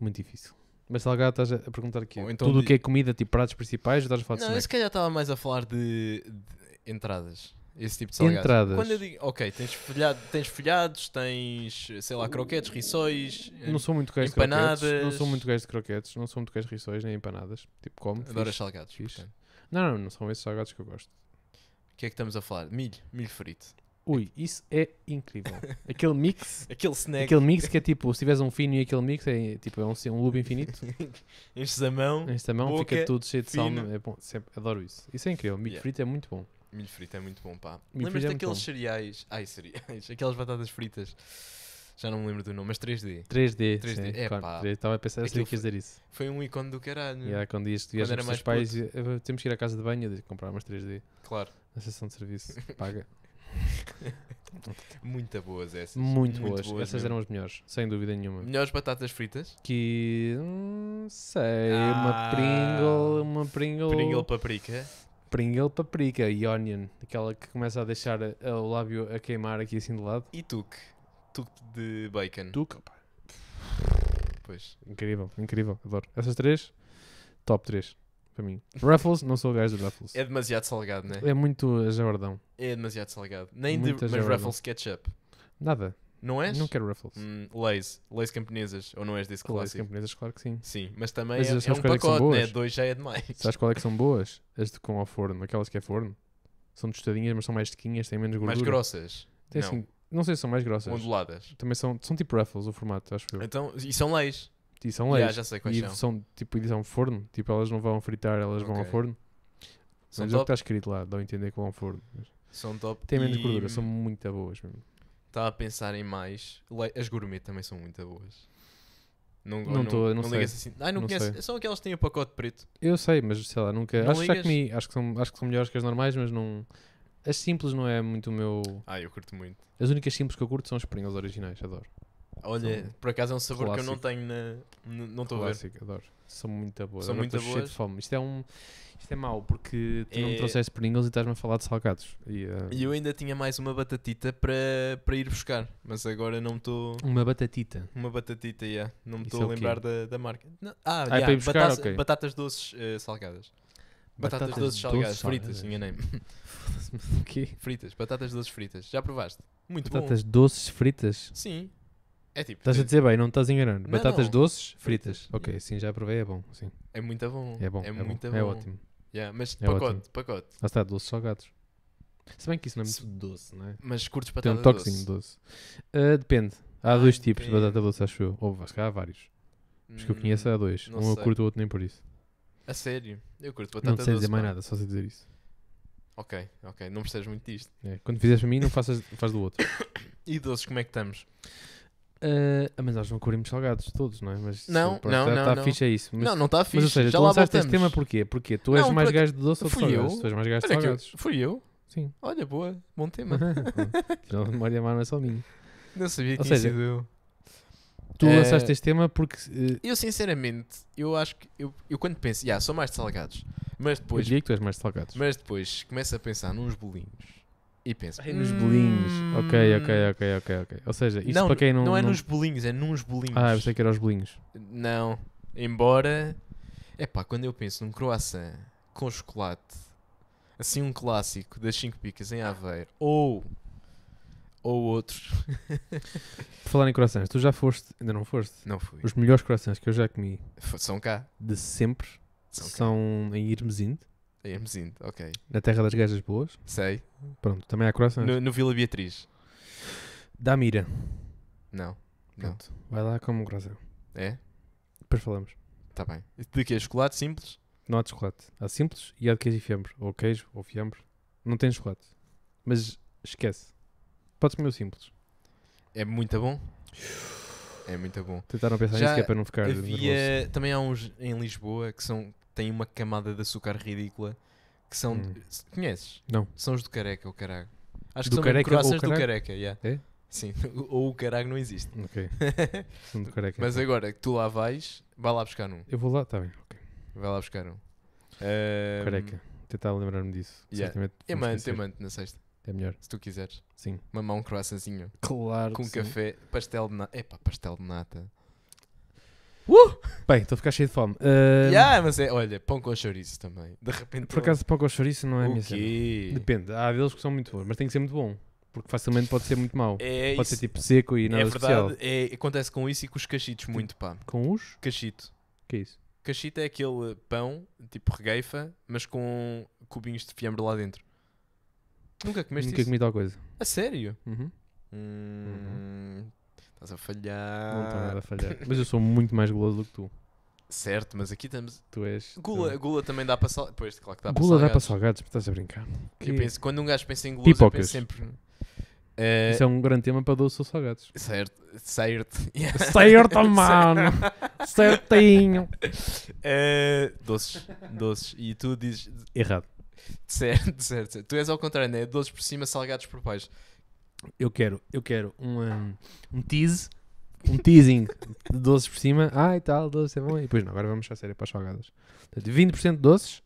Speaker 1: Muito difícil. Mas salgado, estás a a perguntar aqui.
Speaker 2: Ou então
Speaker 1: tudo o
Speaker 2: di-
Speaker 1: que é comida, tipo pratos principais, ou estás a falar de
Speaker 2: Não, eu se
Speaker 1: snack?
Speaker 2: calhar estava mais a falar de, de entradas. Esse tipo de salgados.
Speaker 1: Entradas.
Speaker 2: Quando eu digo, ok, tens, folhado, tens folhados, tens, sei lá, croquetes, rissóis. eh,
Speaker 1: Não sou muito gajo de croquetes. Não
Speaker 2: empanadas.
Speaker 1: sou muito gajo de croquetes. Não sou muito gajo de rissóis nem empanadas. Tipo, como?
Speaker 2: Adoras
Speaker 1: fixe.
Speaker 2: salgados.
Speaker 1: Fixe.
Speaker 2: portanto.
Speaker 1: Não, não, não são esses salgados que eu gosto.
Speaker 2: O que é que estamos a falar? Milho, milho frito.
Speaker 1: Ui, isso é incrível. Aquele mix.
Speaker 2: Aquele snack,
Speaker 1: Aquele mix que é tipo, se tiveres um fino e aquele mix, é tipo, é um, um loop infinito.
Speaker 2: enches a mão.
Speaker 1: Nesta mão
Speaker 2: Boca,
Speaker 1: fica tudo cheio de sal.
Speaker 2: fino.
Speaker 1: É bom, sempre, adoro isso. Isso é incrível. Milho
Speaker 2: Yeah.
Speaker 1: frito é muito bom.
Speaker 2: Milho frito é muito bom, pá.
Speaker 1: Milho
Speaker 2: Lembras
Speaker 1: frito é muito
Speaker 2: daqueles
Speaker 1: bom.
Speaker 2: cereais? Ai, cereais. Aquelas batatas fritas. Já não me lembro do nome, mas 3D.
Speaker 1: 3D.
Speaker 2: 3D,
Speaker 1: sim,
Speaker 2: é
Speaker 1: claro,
Speaker 2: pá.
Speaker 1: 3D. Estava a pensar, eu sabia
Speaker 2: Aquilo
Speaker 1: que ias dizer isso.
Speaker 2: Foi um ícone do caralho.
Speaker 1: E era quando dias que
Speaker 2: Quando
Speaker 1: viajas
Speaker 2: era
Speaker 1: com os teus
Speaker 2: mais
Speaker 1: pais, e, "Eh, temos que ir à casa de banho e comprar umas 3D
Speaker 2: Claro.
Speaker 1: na sessão de serviço. Paga.
Speaker 2: Muito boas essas.
Speaker 1: muito, boas. Essas
Speaker 2: mesmo. Hum.
Speaker 1: eram as melhores, sem dúvida nenhuma.
Speaker 2: Melhores batatas fritas.
Speaker 1: Que. Hum, sei, uma
Speaker 2: Ah.
Speaker 1: Pringle, uma Pringle.
Speaker 2: Pringle paprika.
Speaker 1: Pringle paprika e onion, aquela que começa a deixar a- a- o lábio a queimar aqui assim de lado.
Speaker 2: E tuque. Tuque de bacon.
Speaker 1: Duca, pá.
Speaker 2: Pois.
Speaker 1: Incrível, incrível, adoro. Essas três, top 3 para mim. Ruffles, não sou o gajo de Ruffles.
Speaker 2: É demasiado salgado, né?
Speaker 1: É muito jabardão.
Speaker 2: É demasiado salgado. Nem de,
Speaker 1: Muito
Speaker 2: mas
Speaker 1: jabardão.
Speaker 2: Ruffles ketchup.
Speaker 1: Nada,
Speaker 2: Não és?
Speaker 1: Não quero Ruffles.
Speaker 2: Hum, leis. Leis camponesas. Ou não és desse
Speaker 1: Claro, as
Speaker 2: clássico?
Speaker 1: camponesas, claro que sim.
Speaker 2: Sim, mas também
Speaker 1: Mas
Speaker 2: é,
Speaker 1: sabes
Speaker 2: é um
Speaker 1: quais é que são
Speaker 2: pacote, né?
Speaker 1: boas?
Speaker 2: Dois já é demais.
Speaker 1: Sabes qual é que são boas? As de com ao forno, aquelas que é forno. São tostadinhas, mas são mais tiquinhas, têm menos gordura.
Speaker 2: Mais grossas.
Speaker 1: Tem,
Speaker 2: não.
Speaker 1: assim- não sei se são mais grossas.
Speaker 2: Onduladas.
Speaker 1: Também são, são tipo Ruffles o formato, acho eu.
Speaker 2: Então, e são leis.
Speaker 1: E são
Speaker 2: Já,
Speaker 1: leis.
Speaker 2: já sei quais
Speaker 1: e
Speaker 2: são.
Speaker 1: são tipo edição forno. Tipo, elas não vão fritar, elas vão ao
Speaker 2: Ok.
Speaker 1: forno.
Speaker 2: São
Speaker 1: mas é o que
Speaker 2: top.
Speaker 1: está escrito lá, dão a entender que vão ao forno. Mas
Speaker 2: São top.
Speaker 1: Têm menos
Speaker 2: E,
Speaker 1: gordura, são
Speaker 2: hum,
Speaker 1: muito boas mesmo.
Speaker 2: Estava a pensar em mais. Le- As gourmet também são muito boas. Não,
Speaker 1: Não tô- não sei.
Speaker 2: ligas assim. Ai, não,
Speaker 1: Não
Speaker 2: conheço.
Speaker 1: sei.
Speaker 2: São aquelas que têm o pacote preto.
Speaker 1: Eu sei, mas sei lá, nunca.
Speaker 2: Não
Speaker 1: acho que já
Speaker 2: ligas?
Speaker 1: comi, acho que, são, acho que são melhores que as normais, mas não. As simples não é muito o meu.
Speaker 2: Ai, Ah, eu curto muito.
Speaker 1: As únicas simples que eu curto são as Pringles originais, adoro.
Speaker 2: Olha,
Speaker 1: São
Speaker 2: por acaso é um sabor que eu não
Speaker 1: clássico.
Speaker 2: tenho na. n- Não estou a ver.
Speaker 1: Clássico, adoro. São muito boas.
Speaker 2: São
Speaker 1: Agora
Speaker 2: muito
Speaker 1: estou cheio
Speaker 2: boas.
Speaker 1: de fome. Isto é um. Isto é mau, porque tu não me
Speaker 2: É-
Speaker 1: trouxeste Pringles e estás-me a falar de salgados. E, ah,
Speaker 2: E eu ainda tinha mais uma batatita para para ir buscar. Mas agora não estou.
Speaker 1: Uma batatita.
Speaker 2: Uma batatita, yeah. não me
Speaker 1: Isso
Speaker 2: estou
Speaker 1: é
Speaker 2: a
Speaker 1: o quê?
Speaker 2: lembrar da, da marca. Não-
Speaker 1: é
Speaker 2: Ah, yeah,
Speaker 1: para ir buscar,
Speaker 2: batata-
Speaker 1: ok.
Speaker 2: batatas doces eh, salgadas. Batatas, doces salgadas, fritas, enganei-me.
Speaker 1: é. O quê?
Speaker 2: Fritas, batatas doces fritas. Já provaste? Muito
Speaker 1: Batatas doces fritas.
Speaker 2: bom. Sim. É tipo,
Speaker 1: Estás a dizer bem, não me estás enganando.
Speaker 2: Não,
Speaker 1: Batatas
Speaker 2: não.
Speaker 1: doces fritas.
Speaker 2: Fritas.
Speaker 1: Ok, sim, já provei, é bom. Sim,
Speaker 2: é muito bom.
Speaker 1: é bom. É,
Speaker 2: É,
Speaker 1: bom,
Speaker 2: muito
Speaker 1: é
Speaker 2: bom.
Speaker 1: ótimo.
Speaker 2: Yeah, mas
Speaker 1: É
Speaker 2: pacote,
Speaker 1: ótimo.
Speaker 2: pacote.
Speaker 1: Lá está, doces salgados. Se bem que isso não é
Speaker 2: Se-
Speaker 1: muito doce, não é?
Speaker 2: Mas curtes
Speaker 1: Tem
Speaker 2: batata
Speaker 1: um toquezinho doce.
Speaker 2: doce?
Speaker 1: Ah, depende. Há dois tipos de
Speaker 2: depende.
Speaker 1: batata doce, acho eu. Ou acho que há vários. Os que eu
Speaker 2: Hum,
Speaker 1: conheço há dois.
Speaker 2: não
Speaker 1: Um eu
Speaker 2: sei.
Speaker 1: curto, o outro nem por isso.
Speaker 2: A sério? Eu curto batata
Speaker 1: Não te
Speaker 2: doce.
Speaker 1: sei dizer mais
Speaker 2: pá.
Speaker 1: nada, só sei dizer isso.
Speaker 2: Ok, ok. Não percebes muito disto.
Speaker 1: É, Quando fizeres para mim, não faças, faz do outro.
Speaker 2: E doces, como é que estamos?
Speaker 1: Ah, mas nós não cobrimos salgados todos, não é? Mas isso,
Speaker 2: Não,
Speaker 1: pronto,
Speaker 2: não,
Speaker 1: já
Speaker 2: não,
Speaker 1: Está
Speaker 2: não.
Speaker 1: fixe, é isso. Mas
Speaker 2: não, não está fixe.
Speaker 1: Mas ou seja,
Speaker 2: Já
Speaker 1: tu
Speaker 2: lá
Speaker 1: lançaste este tema
Speaker 2: voltamos.
Speaker 1: porquê? Porque tu és
Speaker 2: Não,
Speaker 1: mais
Speaker 2: por ac-
Speaker 1: gajo de doce ou de
Speaker 2: Fui
Speaker 1: salgados?
Speaker 2: eu.
Speaker 1: Tu és mais gajo de
Speaker 2: Olha que eu-
Speaker 1: salgados.
Speaker 2: fui eu.
Speaker 1: Sim.
Speaker 2: Olha, boa. Bom tema.
Speaker 1: Afinal, a memória má não é só minha.
Speaker 2: Não sabia
Speaker 1: Uhum. Ou
Speaker 2: que tinha
Speaker 1: seja,
Speaker 2: sido eu.
Speaker 1: Tu
Speaker 2: É,
Speaker 1: lançaste este tema porque eh,
Speaker 2: Eu, sinceramente, eu acho que. Eu, eu quando penso, yeah, sou mais de salgados. Mas
Speaker 1: eu
Speaker 2: depois,
Speaker 1: diria que tu és mais de salgados.
Speaker 2: mas depois começo a pensar nos bolinhos. E penso.
Speaker 1: Ai, nos bolinhos. Ok, ok, ok, ok, ok. Ou seja, isto
Speaker 2: Hum. Não,
Speaker 1: para quem não.
Speaker 2: não é nos bolinhos, é nos bolinhos.
Speaker 1: Ah, eu sei que era os bolinhos.
Speaker 2: Não. Embora. É pá, quando eu penso num croissant com chocolate, assim um clássico das 5 picas em Aveiro, ou. Ou outros.
Speaker 1: Por falar em corações, tu já foste, ainda não foste.
Speaker 2: Não fui.
Speaker 1: Os melhores corações que eu já comi
Speaker 2: F- São cá.
Speaker 1: de sempre
Speaker 2: São cá.
Speaker 1: são em Irmesinde,
Speaker 2: Em Hermesinde, ok.
Speaker 1: na Terra das Gajas Boas.
Speaker 2: Sei.
Speaker 1: Pronto, também há corações.
Speaker 2: No, no Vila Beatriz.
Speaker 1: Da Mira.
Speaker 2: Não. Não.
Speaker 1: Pronto, vai lá como um coração.
Speaker 2: É?
Speaker 1: Depois falamos.
Speaker 2: Tá bem. De que? Chocolate simples?
Speaker 1: Não há de chocolate. Há simples e há de queijo e fiambre. Ou queijo ou fiambre. Não tem chocolate. Mas esquece. Podes comer o simples.
Speaker 2: É muito bom? É muito bom.
Speaker 1: Tentar não pensar
Speaker 2: Já
Speaker 1: nisso que é para não ficar nervoso.
Speaker 2: Havia, também há uns em Lisboa que são, têm uma camada de açúcar ridícula que são.
Speaker 1: Hum.
Speaker 2: s- Conheces?
Speaker 1: Não.
Speaker 2: São os do careca, o carago.
Speaker 1: Do
Speaker 2: Acho que são
Speaker 1: Careca
Speaker 2: careca
Speaker 1: ou
Speaker 2: croissants do
Speaker 1: Carago?
Speaker 2: careca, yeah.
Speaker 1: É?
Speaker 2: Sim, ou o carago não existe.
Speaker 1: Ok. São de careca.
Speaker 2: Mas agora que tu lá vais, vai lá buscar um.
Speaker 1: Eu vou lá, está bem. ok.
Speaker 2: Vai lá buscar um. Ahm,
Speaker 1: Careca. Tentar lembrar-me disso.
Speaker 2: Hum. yeah. É
Speaker 1: Certamente
Speaker 2: Eu
Speaker 1: vou-me
Speaker 2: mando, eu
Speaker 1: esquecer.
Speaker 2: mando na sexta,
Speaker 1: É melhor.
Speaker 2: se tu quiseres.
Speaker 1: Sim.
Speaker 2: Mamar um croissantzinho.
Speaker 1: Claro.
Speaker 2: Com café, pastel de nata. Epá, pastel de nata.
Speaker 1: Bem, estou a ficar cheio de fome. Ah,
Speaker 2: Yeah, mas é, olha, pão com chouriço também. De repente.
Speaker 1: Por acaso, pão com chouriço não é a minha
Speaker 2: o
Speaker 1: cena.
Speaker 2: quê?
Speaker 1: Depende. Há deles que são muito bons, mas tem que ser muito bom. Porque facilmente pode ser muito mau.
Speaker 2: É,
Speaker 1: pode
Speaker 2: isso.
Speaker 1: ser tipo seco e nada
Speaker 2: é
Speaker 1: especial.
Speaker 2: verdade. É, acontece com isso e com os cachitos muito, pá.
Speaker 1: Com os?
Speaker 2: Cachito.
Speaker 1: que é isso?
Speaker 2: Cachito é aquele pão, tipo regueifa, mas com cubinhos de fiambre lá dentro. Nunca comeste
Speaker 1: Nunca
Speaker 2: isso?
Speaker 1: comi tal coisa.
Speaker 2: A sério?
Speaker 1: Uhum.
Speaker 2: Hum, Estás a falhar.
Speaker 1: Não está nada a falhar. Mas eu sou muito mais guloso do que tu.
Speaker 2: Certo, mas aqui estamos...
Speaker 1: Tu és.
Speaker 2: Gula,
Speaker 1: tu-
Speaker 2: gula também dá para sal... Pois, claro que dá
Speaker 1: Gula dá
Speaker 2: para
Speaker 1: para
Speaker 2: salgados.
Speaker 1: salgados, mas estás a brincar.
Speaker 2: Eu
Speaker 1: E-
Speaker 2: penso, quando um gajo pensa em guloso, eu
Speaker 1: Pipocas.
Speaker 2: penso sempre... eh,
Speaker 1: Isso é um grande tema para doce ou salgados.
Speaker 2: Certo, certo. Yeah.
Speaker 1: Certo, mano! Certinho!
Speaker 2: Eh, doces, doces. E tu dizes,
Speaker 1: Errado.
Speaker 2: certo, certo, certo. Tu és ao contrário, né? Doces por cima, salgados por baixo.
Speaker 1: Eu quero, eu quero um, um, um tease, um teasing de doces por cima. Ah, e tal, doce é bom. E depois não, agora vamos à série para as salgadas. Portanto, 20% doces,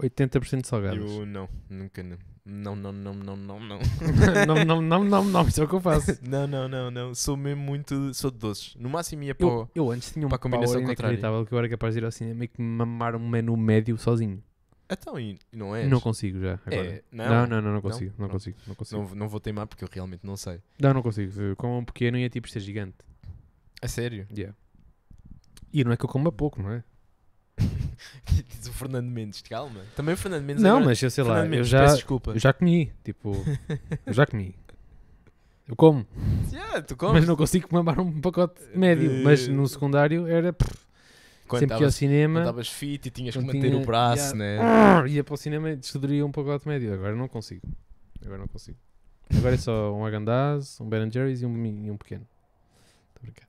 Speaker 1: 80% salgados.
Speaker 2: Eu não, nunca não. Não, não, não, não, não, não.
Speaker 1: não, não, não, não, não, isso é o que eu faço.
Speaker 2: não, não, não, não. Sou mesmo muito. Sou de doces. No máximo ia para.
Speaker 1: Eu,
Speaker 2: o-
Speaker 1: eu antes tinha um
Speaker 2: Para a
Speaker 1: power
Speaker 2: combinação contrária.
Speaker 1: inacreditável que eu era capaz de ir ao cinema e que me mamar um menu médio sozinho.
Speaker 2: Então, e e não és?
Speaker 1: Não consigo já. Agora.
Speaker 2: É, não?
Speaker 1: não, não, não, não
Speaker 2: Não?
Speaker 1: consigo. Não,
Speaker 2: Pronto.
Speaker 1: consigo. Não consigo.
Speaker 2: Não, não vou teimar porque eu realmente não sei.
Speaker 1: Não, não consigo. Eu Como um pequeno e é tipo isto é gigante.
Speaker 2: A sério?
Speaker 1: Yeah. E não é que eu como a pouco, não é?
Speaker 2: Diz o Fernando Mendes, calma. Também o Fernando Mendes
Speaker 1: não,
Speaker 2: agora-
Speaker 1: mas eu sei lá,
Speaker 2: Fernando
Speaker 1: eu
Speaker 2: Mendes,
Speaker 1: já,
Speaker 2: peço desculpa.
Speaker 1: eu já comi. Tipo, eu já comi. Eu como,
Speaker 2: Yeah, tu comes.
Speaker 1: mas não consigo mamar um pacote médio. Mas no secundário era pff,
Speaker 2: Quando
Speaker 1: sempre que ia ao
Speaker 2: estavas- quando
Speaker 1: cinema.
Speaker 2: estavas fit e tinhas que
Speaker 1: quando
Speaker 2: manter o
Speaker 1: tinha- yeah.
Speaker 2: braço, né?
Speaker 1: Arr, Ia para o cinema e destruía um pacote médio. Agora não consigo. Agora não consigo. Agora é só um Agandaz, um Ben Jerry's e um, mi- e um pequeno. Estou a brincar.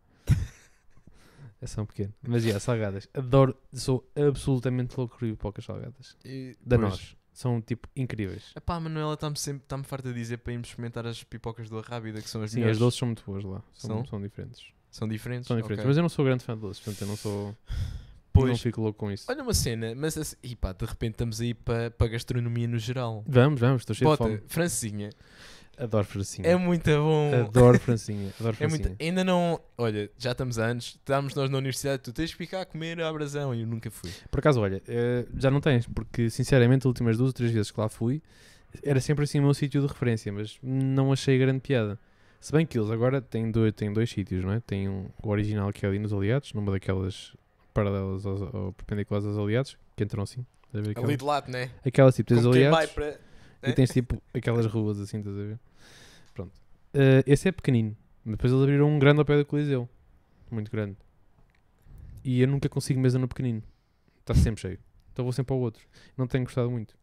Speaker 1: É só um pequeno. Mas yeah, salgadas. Adoro, sou absolutamente louco por pocas salgadas.
Speaker 2: E
Speaker 1: Ah, Da
Speaker 2: depois-
Speaker 1: nós. São tipo incríveis.
Speaker 2: Epá, a Manuela está-me sempre está-me farta de dizer para irmos experimentar as pipocas do Arrábida, que são as
Speaker 1: Sim,
Speaker 2: melhores.
Speaker 1: as doces são muito boas lá. São,
Speaker 2: São?
Speaker 1: são? diferentes.
Speaker 2: São diferentes?
Speaker 1: São diferentes.
Speaker 2: Ok.
Speaker 1: Mas eu não sou grande fã de doces, portanto eu não sou. Não
Speaker 2: Pois,
Speaker 1: fico louco com isso.
Speaker 2: olha uma cena, mas assim, e pá, de repente estamos aí para para a gastronomia no geral.
Speaker 1: Vamos, vamos, estou cheio
Speaker 2: Bota,
Speaker 1: de fome.
Speaker 2: francinha,
Speaker 1: Adoro francinha.
Speaker 2: é muito bom.
Speaker 1: Adoro francinha. Adoro
Speaker 2: É
Speaker 1: francinha.
Speaker 2: muito, ainda não, olha, já estamos há anos, estávamos nós na universidade, tu tens que ficar a comer à brasão e eu nunca fui.
Speaker 1: é- Por acaso, olha, eh, já não tens, porque sinceramente, as últimas duas ou três vezes que lá fui, era sempre assim o meu sítio de referência, mas não achei grande piada. Se bem que eles agora têm dois, têm dois sítios, não é? Tem um, o original que é ali nos Aliados, numa daquelas paralelas aos, ou perpendiculares aos Aliados, que entram assim. Estás a ver aquela,
Speaker 2: Ali de lado, né?
Speaker 1: aquela tipo, tens
Speaker 2: Como quem vai
Speaker 1: Aliados
Speaker 2: para...
Speaker 1: e tens tipo aquelas ruas assim, estás a ver? Pronto. Eh, esse é pequenino. Depois eles abriram um grande ao pé do Coliseu. Muito grande. E eu nunca consigo mesa no pequenino. Está sempre cheio. Então vou sempre ao outro. Não tenho gostado muito.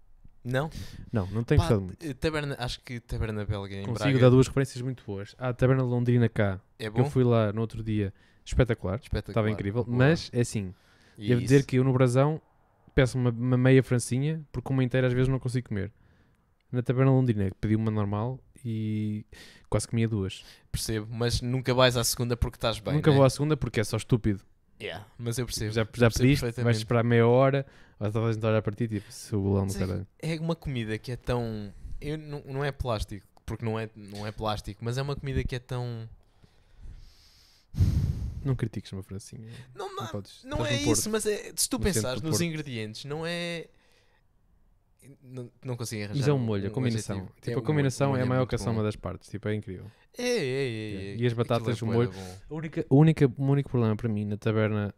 Speaker 2: Não?
Speaker 1: Não, não tenho
Speaker 2: Pá,
Speaker 1: gostado muito.
Speaker 2: eh, Taberna, acho que Taberna Belga em
Speaker 1: Consigo dar
Speaker 2: Braga
Speaker 1: duas referências muito boas. Há a Taberna de Londrina cá,
Speaker 2: é
Speaker 1: que eu
Speaker 2: bom,
Speaker 1: fui lá no outro dia. Espetacular.
Speaker 2: espetacular.
Speaker 1: Estava incrível.
Speaker 2: Boa.
Speaker 1: Mas é assim.
Speaker 2: E
Speaker 1: Devo
Speaker 2: isso.
Speaker 1: dizer que eu no Brasão peço uma, uma meia francinha, porque uma inteira às vezes não consigo comer. Na taberna londrina pedi uma normal e quase comia duas.
Speaker 2: Percebo, mas nunca vais à segunda porque estás bem.
Speaker 1: Nunca
Speaker 2: né?
Speaker 1: vou à segunda porque é só estúpido.
Speaker 2: Yeah, mas eu percebo.
Speaker 1: já já
Speaker 2: percebo
Speaker 1: pediste, vais
Speaker 2: perfeitamente.
Speaker 1: esperar meia hora, ou talvez não olhar para ti, tipo, seu bolão do
Speaker 2: Sei que
Speaker 1: caralho.
Speaker 2: É uma comida que é tão. Eu, não, não é plástico, porque não é, não é plástico, mas é uma comida que é tão.
Speaker 1: Não critiques uma francinha.
Speaker 2: Não,
Speaker 1: Não,
Speaker 2: não,
Speaker 1: podes.
Speaker 2: não
Speaker 1: Estás
Speaker 2: é
Speaker 1: no Porto.
Speaker 2: isso, mas é, se tu
Speaker 1: No centro
Speaker 2: pensares
Speaker 1: do
Speaker 2: nos
Speaker 1: Porto.
Speaker 2: ingredientes, não é. Não, não consigo arranjar.
Speaker 1: Mas é um molho, a combinação.
Speaker 2: adjetivo.
Speaker 1: Tipo,
Speaker 2: um
Speaker 1: a
Speaker 2: molho,
Speaker 1: combinação
Speaker 2: um molho
Speaker 1: é a maior
Speaker 2: muito
Speaker 1: que a soma
Speaker 2: bom.
Speaker 1: das partes. Tipo, é incrível.
Speaker 2: É, é, é,
Speaker 1: Yeah.
Speaker 2: é,
Speaker 1: E as
Speaker 2: aquilo é
Speaker 1: batatas, o
Speaker 2: bué da
Speaker 1: molho.
Speaker 2: bom.
Speaker 1: A única, a única, o único problema para mim na taberna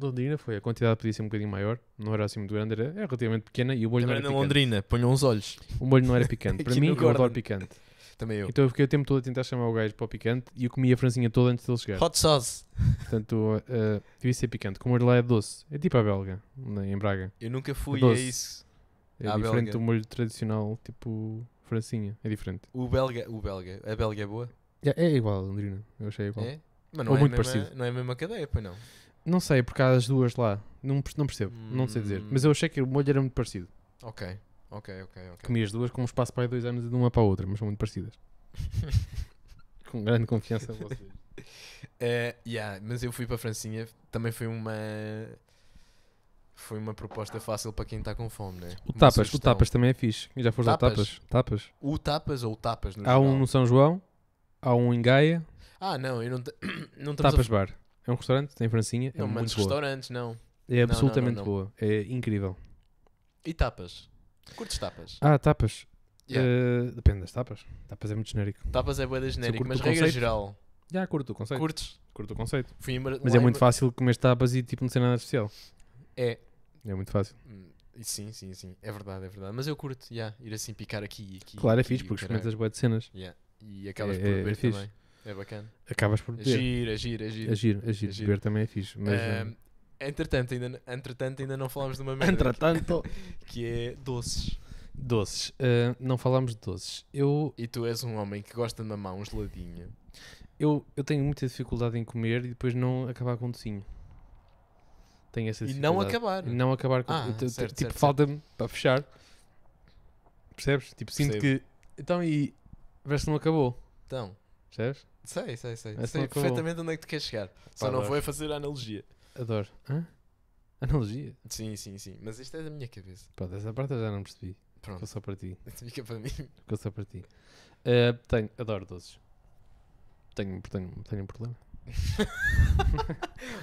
Speaker 1: Londrina foi a quantidade podia ser um bocadinho maior, não era assim muito grande, era, era relativamente pequena e o molho não
Speaker 2: Também
Speaker 1: era
Speaker 2: na
Speaker 1: picante.
Speaker 2: Londrina, ponham os olhos.
Speaker 1: O molho não era picante. Para
Speaker 2: Aqui
Speaker 1: mim,
Speaker 2: no
Speaker 1: eu adoro
Speaker 2: Gordon.
Speaker 1: picante.
Speaker 2: Também eu.
Speaker 1: Então eu fiquei o tempo todo a tentar chamar o gajo para o picante e eu comi a francinha toda antes dele chegar.
Speaker 2: Hot sauce.
Speaker 1: Portanto, eh, devia ser picante. Como o molho lá é doce, é tipo a belga, na- em Braga.
Speaker 2: Eu nunca fui, é
Speaker 1: Doce.
Speaker 2: isso.
Speaker 1: É
Speaker 2: À
Speaker 1: diferente
Speaker 2: Ah, belga.
Speaker 1: do molho tradicional, tipo francinha. É diferente.
Speaker 2: O belga, o belga, a belga é boa?
Speaker 1: É, é igual, Londrina. Eu achei igual.
Speaker 2: É? Mas
Speaker 1: Ou
Speaker 2: é a
Speaker 1: muito
Speaker 2: mesma-
Speaker 1: parecido.
Speaker 2: Não é a mesma cadeia, pois não.
Speaker 1: Não sei, porque há as duas lá. Não, per- não percebo. Não sei dizer.
Speaker 2: Hum.
Speaker 1: Mas eu achei que o molho era muito parecido.
Speaker 2: Ok, ok, ok, ok.
Speaker 1: Comi as duas com um espaço para aí dois anos de uma para a outra, mas são muito parecidas. com grande confiança em vocês.
Speaker 2: Eh, yeah, mas eu fui para a Francinha, também foi uma. Foi uma proposta fácil para quem está com fome, né?
Speaker 1: O
Speaker 2: Uma
Speaker 1: tapas, o
Speaker 2: sugestão.
Speaker 1: tapas também é fixe. Já foste ao
Speaker 2: Tapas?
Speaker 1: tapas? Tapas.
Speaker 2: O tapas ou tapas no
Speaker 1: Há um
Speaker 2: geral?
Speaker 1: no São João, há um em Gaia,
Speaker 2: Ah, não, eu não. te- não estamos
Speaker 1: Tapas
Speaker 2: a...
Speaker 1: Bar. É um restaurante, tem francinha, é
Speaker 2: Não, mas
Speaker 1: muito boa.
Speaker 2: restaurantes, não.
Speaker 1: É
Speaker 2: Não, não,
Speaker 1: absolutamente
Speaker 2: não, não.
Speaker 1: boa, é incrível.
Speaker 2: E tapas? Curtes tapas?
Speaker 1: Ah, tapas.
Speaker 2: Yeah.
Speaker 1: Eh, depende das tapas. Tapas é muito genérico.
Speaker 2: Tapas é boa da genérica,
Speaker 1: curto
Speaker 2: mas
Speaker 1: o
Speaker 2: regra
Speaker 1: conceito,
Speaker 2: geral.
Speaker 1: Já curto o conceito. Curto,
Speaker 2: Curtes?
Speaker 1: o conceito.
Speaker 2: Fui em Mar-
Speaker 1: Mas
Speaker 2: lá
Speaker 1: é
Speaker 2: em
Speaker 1: muito
Speaker 2: Mar-
Speaker 1: fácil comer tapas e tipo não ser nada especial.
Speaker 2: É,
Speaker 1: É muito fácil.
Speaker 2: Hum, e Sim, sim, sim. É verdade, é verdade. Mas eu curto, yeah, ir assim picar aqui e aqui.
Speaker 1: Claro, é
Speaker 2: aqui,
Speaker 1: fixe porque
Speaker 2: caralho.
Speaker 1: experimentas boas de cenas.
Speaker 2: Yeah. E acabas
Speaker 1: É-
Speaker 2: por
Speaker 1: é-
Speaker 2: beber
Speaker 1: é fixe.
Speaker 2: também. É bacana.
Speaker 1: Acabas por
Speaker 2: É
Speaker 1: beber.
Speaker 2: giro, é giro, é giro.
Speaker 1: Agir, agir,
Speaker 2: giro.
Speaker 1: beber também é fixe. Mas,
Speaker 2: Ahm,
Speaker 1: eh,
Speaker 2: entretanto, ainda, n- entretanto, ainda não falámos de uma merda
Speaker 1: entretanto,
Speaker 2: que- que é doces.
Speaker 1: doces. Eh, não falámos de doces. Eu,
Speaker 2: E tu és um homem que gosta de mamar um geladinho.
Speaker 1: eu, eu tenho muita dificuldade em comer e depois não acabar com o docinho. Tenho essa
Speaker 2: E não
Speaker 1: dificuldade.
Speaker 2: acabar.
Speaker 1: E não acabar com
Speaker 2: Ah,
Speaker 1: eu te- te-
Speaker 2: certo,
Speaker 1: tipo
Speaker 2: certo,
Speaker 1: falta-me para fechar percebes tipo sinto
Speaker 2: Percebo.
Speaker 1: que então e veste não acabou
Speaker 2: Então,
Speaker 1: percebes
Speaker 2: sei, sei, sei.
Speaker 1: Mas
Speaker 2: sei
Speaker 1: não acabou.
Speaker 2: perfeitamente onde é que tu queres chegar. Só
Speaker 1: Pá,
Speaker 2: não
Speaker 1: adoro.
Speaker 2: vou é fazer a analogia.
Speaker 1: adoro Hã? analogia
Speaker 2: Sim, sim, sim. Mas isto é da minha cabeça.
Speaker 1: pronto essa parte eu já não percebi
Speaker 2: Pronto,
Speaker 1: ficou só para ti
Speaker 2: fica para mim.
Speaker 1: ficou só para ti Ah, tenho adoro doces tenho tenho tenho um problema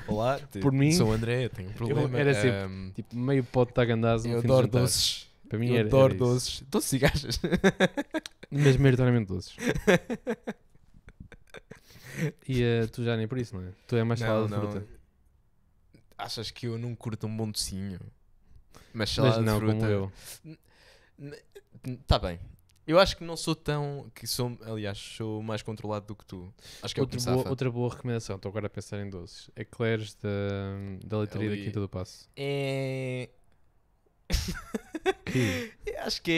Speaker 2: Olá, te-
Speaker 1: Por mim,
Speaker 2: sou o André, tenho um problema.
Speaker 1: era sempre,
Speaker 2: Ahm,
Speaker 1: Tipo, meio pote de agandazo no
Speaker 2: eu
Speaker 1: fim do
Speaker 2: adoro
Speaker 1: jantar.
Speaker 2: doces.
Speaker 1: Para mim
Speaker 2: Eu
Speaker 1: era,
Speaker 2: adoro
Speaker 1: era isso.
Speaker 2: doces. Doces e gajas.
Speaker 1: Mas meritoriamente doces. E eh, tu já nem por isso, não é? Tu é mais salada de fruta.
Speaker 2: Achas que eu não curto um bom docinho? Mas
Speaker 1: Mas
Speaker 2: salada
Speaker 1: não,
Speaker 2: de fruta.
Speaker 1: como eu.
Speaker 2: Tá bem. Eu acho que não sou tão. Que sou, aliás, sou mais controlado do que tu. Acho que é o que
Speaker 1: Outra
Speaker 2: me
Speaker 1: boa,
Speaker 2: safa.
Speaker 1: outra boa recomendação, estou agora a pensar em doces. Eclairs da, da leitaria
Speaker 2: Ali.
Speaker 1: da Quinta do Passo.
Speaker 2: É.
Speaker 1: Que?
Speaker 2: Eu Acho que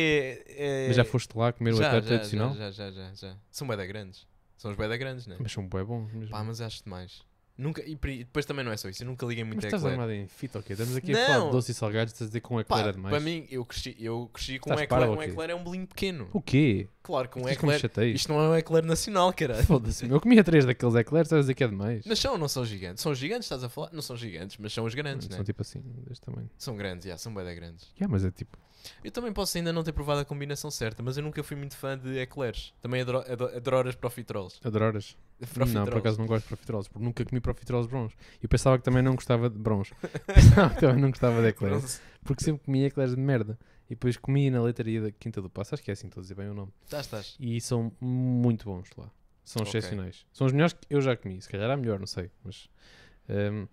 Speaker 2: é. é-
Speaker 1: Mas já foste lá comer o
Speaker 2: já,
Speaker 1: eclair
Speaker 2: já,
Speaker 1: tradicional?
Speaker 2: Já, já, já, já. São bué da grandes. São os bué da grandes, né?
Speaker 1: Mas são bué bons mesmo.
Speaker 2: Pá, mas acho demais. Nunca, e pri- e depois também não é só isso. Eu nunca liguei
Speaker 1: Mas
Speaker 2: muito a
Speaker 1: estás
Speaker 2: eclair.
Speaker 1: armado em fita, ok? Estamos aqui a falar
Speaker 2: Não.
Speaker 1: de doces e salgados, estás a dizer que um eclair
Speaker 2: Pá,
Speaker 1: é demais.
Speaker 2: para mim, eu cresci, eu cresci com um
Speaker 1: Estás
Speaker 2: eclair.
Speaker 1: parvo
Speaker 2: Um
Speaker 1: aqui.
Speaker 2: eclair é um bolinho pequeno.
Speaker 1: O quê?
Speaker 2: Claro que um
Speaker 1: Isto que me
Speaker 2: eclair.
Speaker 1: chatei.
Speaker 2: Isto não é um eclair nacional, caralho.
Speaker 1: Foda-se, eu comia três daqueles eclairs, estás a dizer que é demais.
Speaker 2: Mas são ou não são gigantes? São gigantes, estás a falar? Não são gigantes, mas são os grandes,
Speaker 1: São
Speaker 2: né?
Speaker 1: tipo assim, deste tamanho.
Speaker 2: São grandes, já, são bué da grandes.
Speaker 1: Yeah, mas é tipo.
Speaker 2: Eu também posso ainda não ter provado a combinação certa, mas eu nunca fui muito fã de eclairs. Também adoro, adoro, adoro as profiteroles.
Speaker 1: Adoras? Não, por
Speaker 2: Profiteroles.
Speaker 1: acaso não gosto de profiteroles, porque nunca comi profiteroles brons. Eu pensava que também não gostava de brons. pensava que também não gostava de eclairs.
Speaker 2: Não-
Speaker 1: Porque sempre comia eclairs de merda. E depois comia na leitaria da Quinta do Passo, acho que é assim, estou a dizer bem o nome.
Speaker 2: Estás, Tá, estás.
Speaker 1: E são muito bons lá. São
Speaker 2: Ok.
Speaker 1: excepcionais. São os melhores que eu já comi. Se calhar há melhor, não sei. Mas. ehm,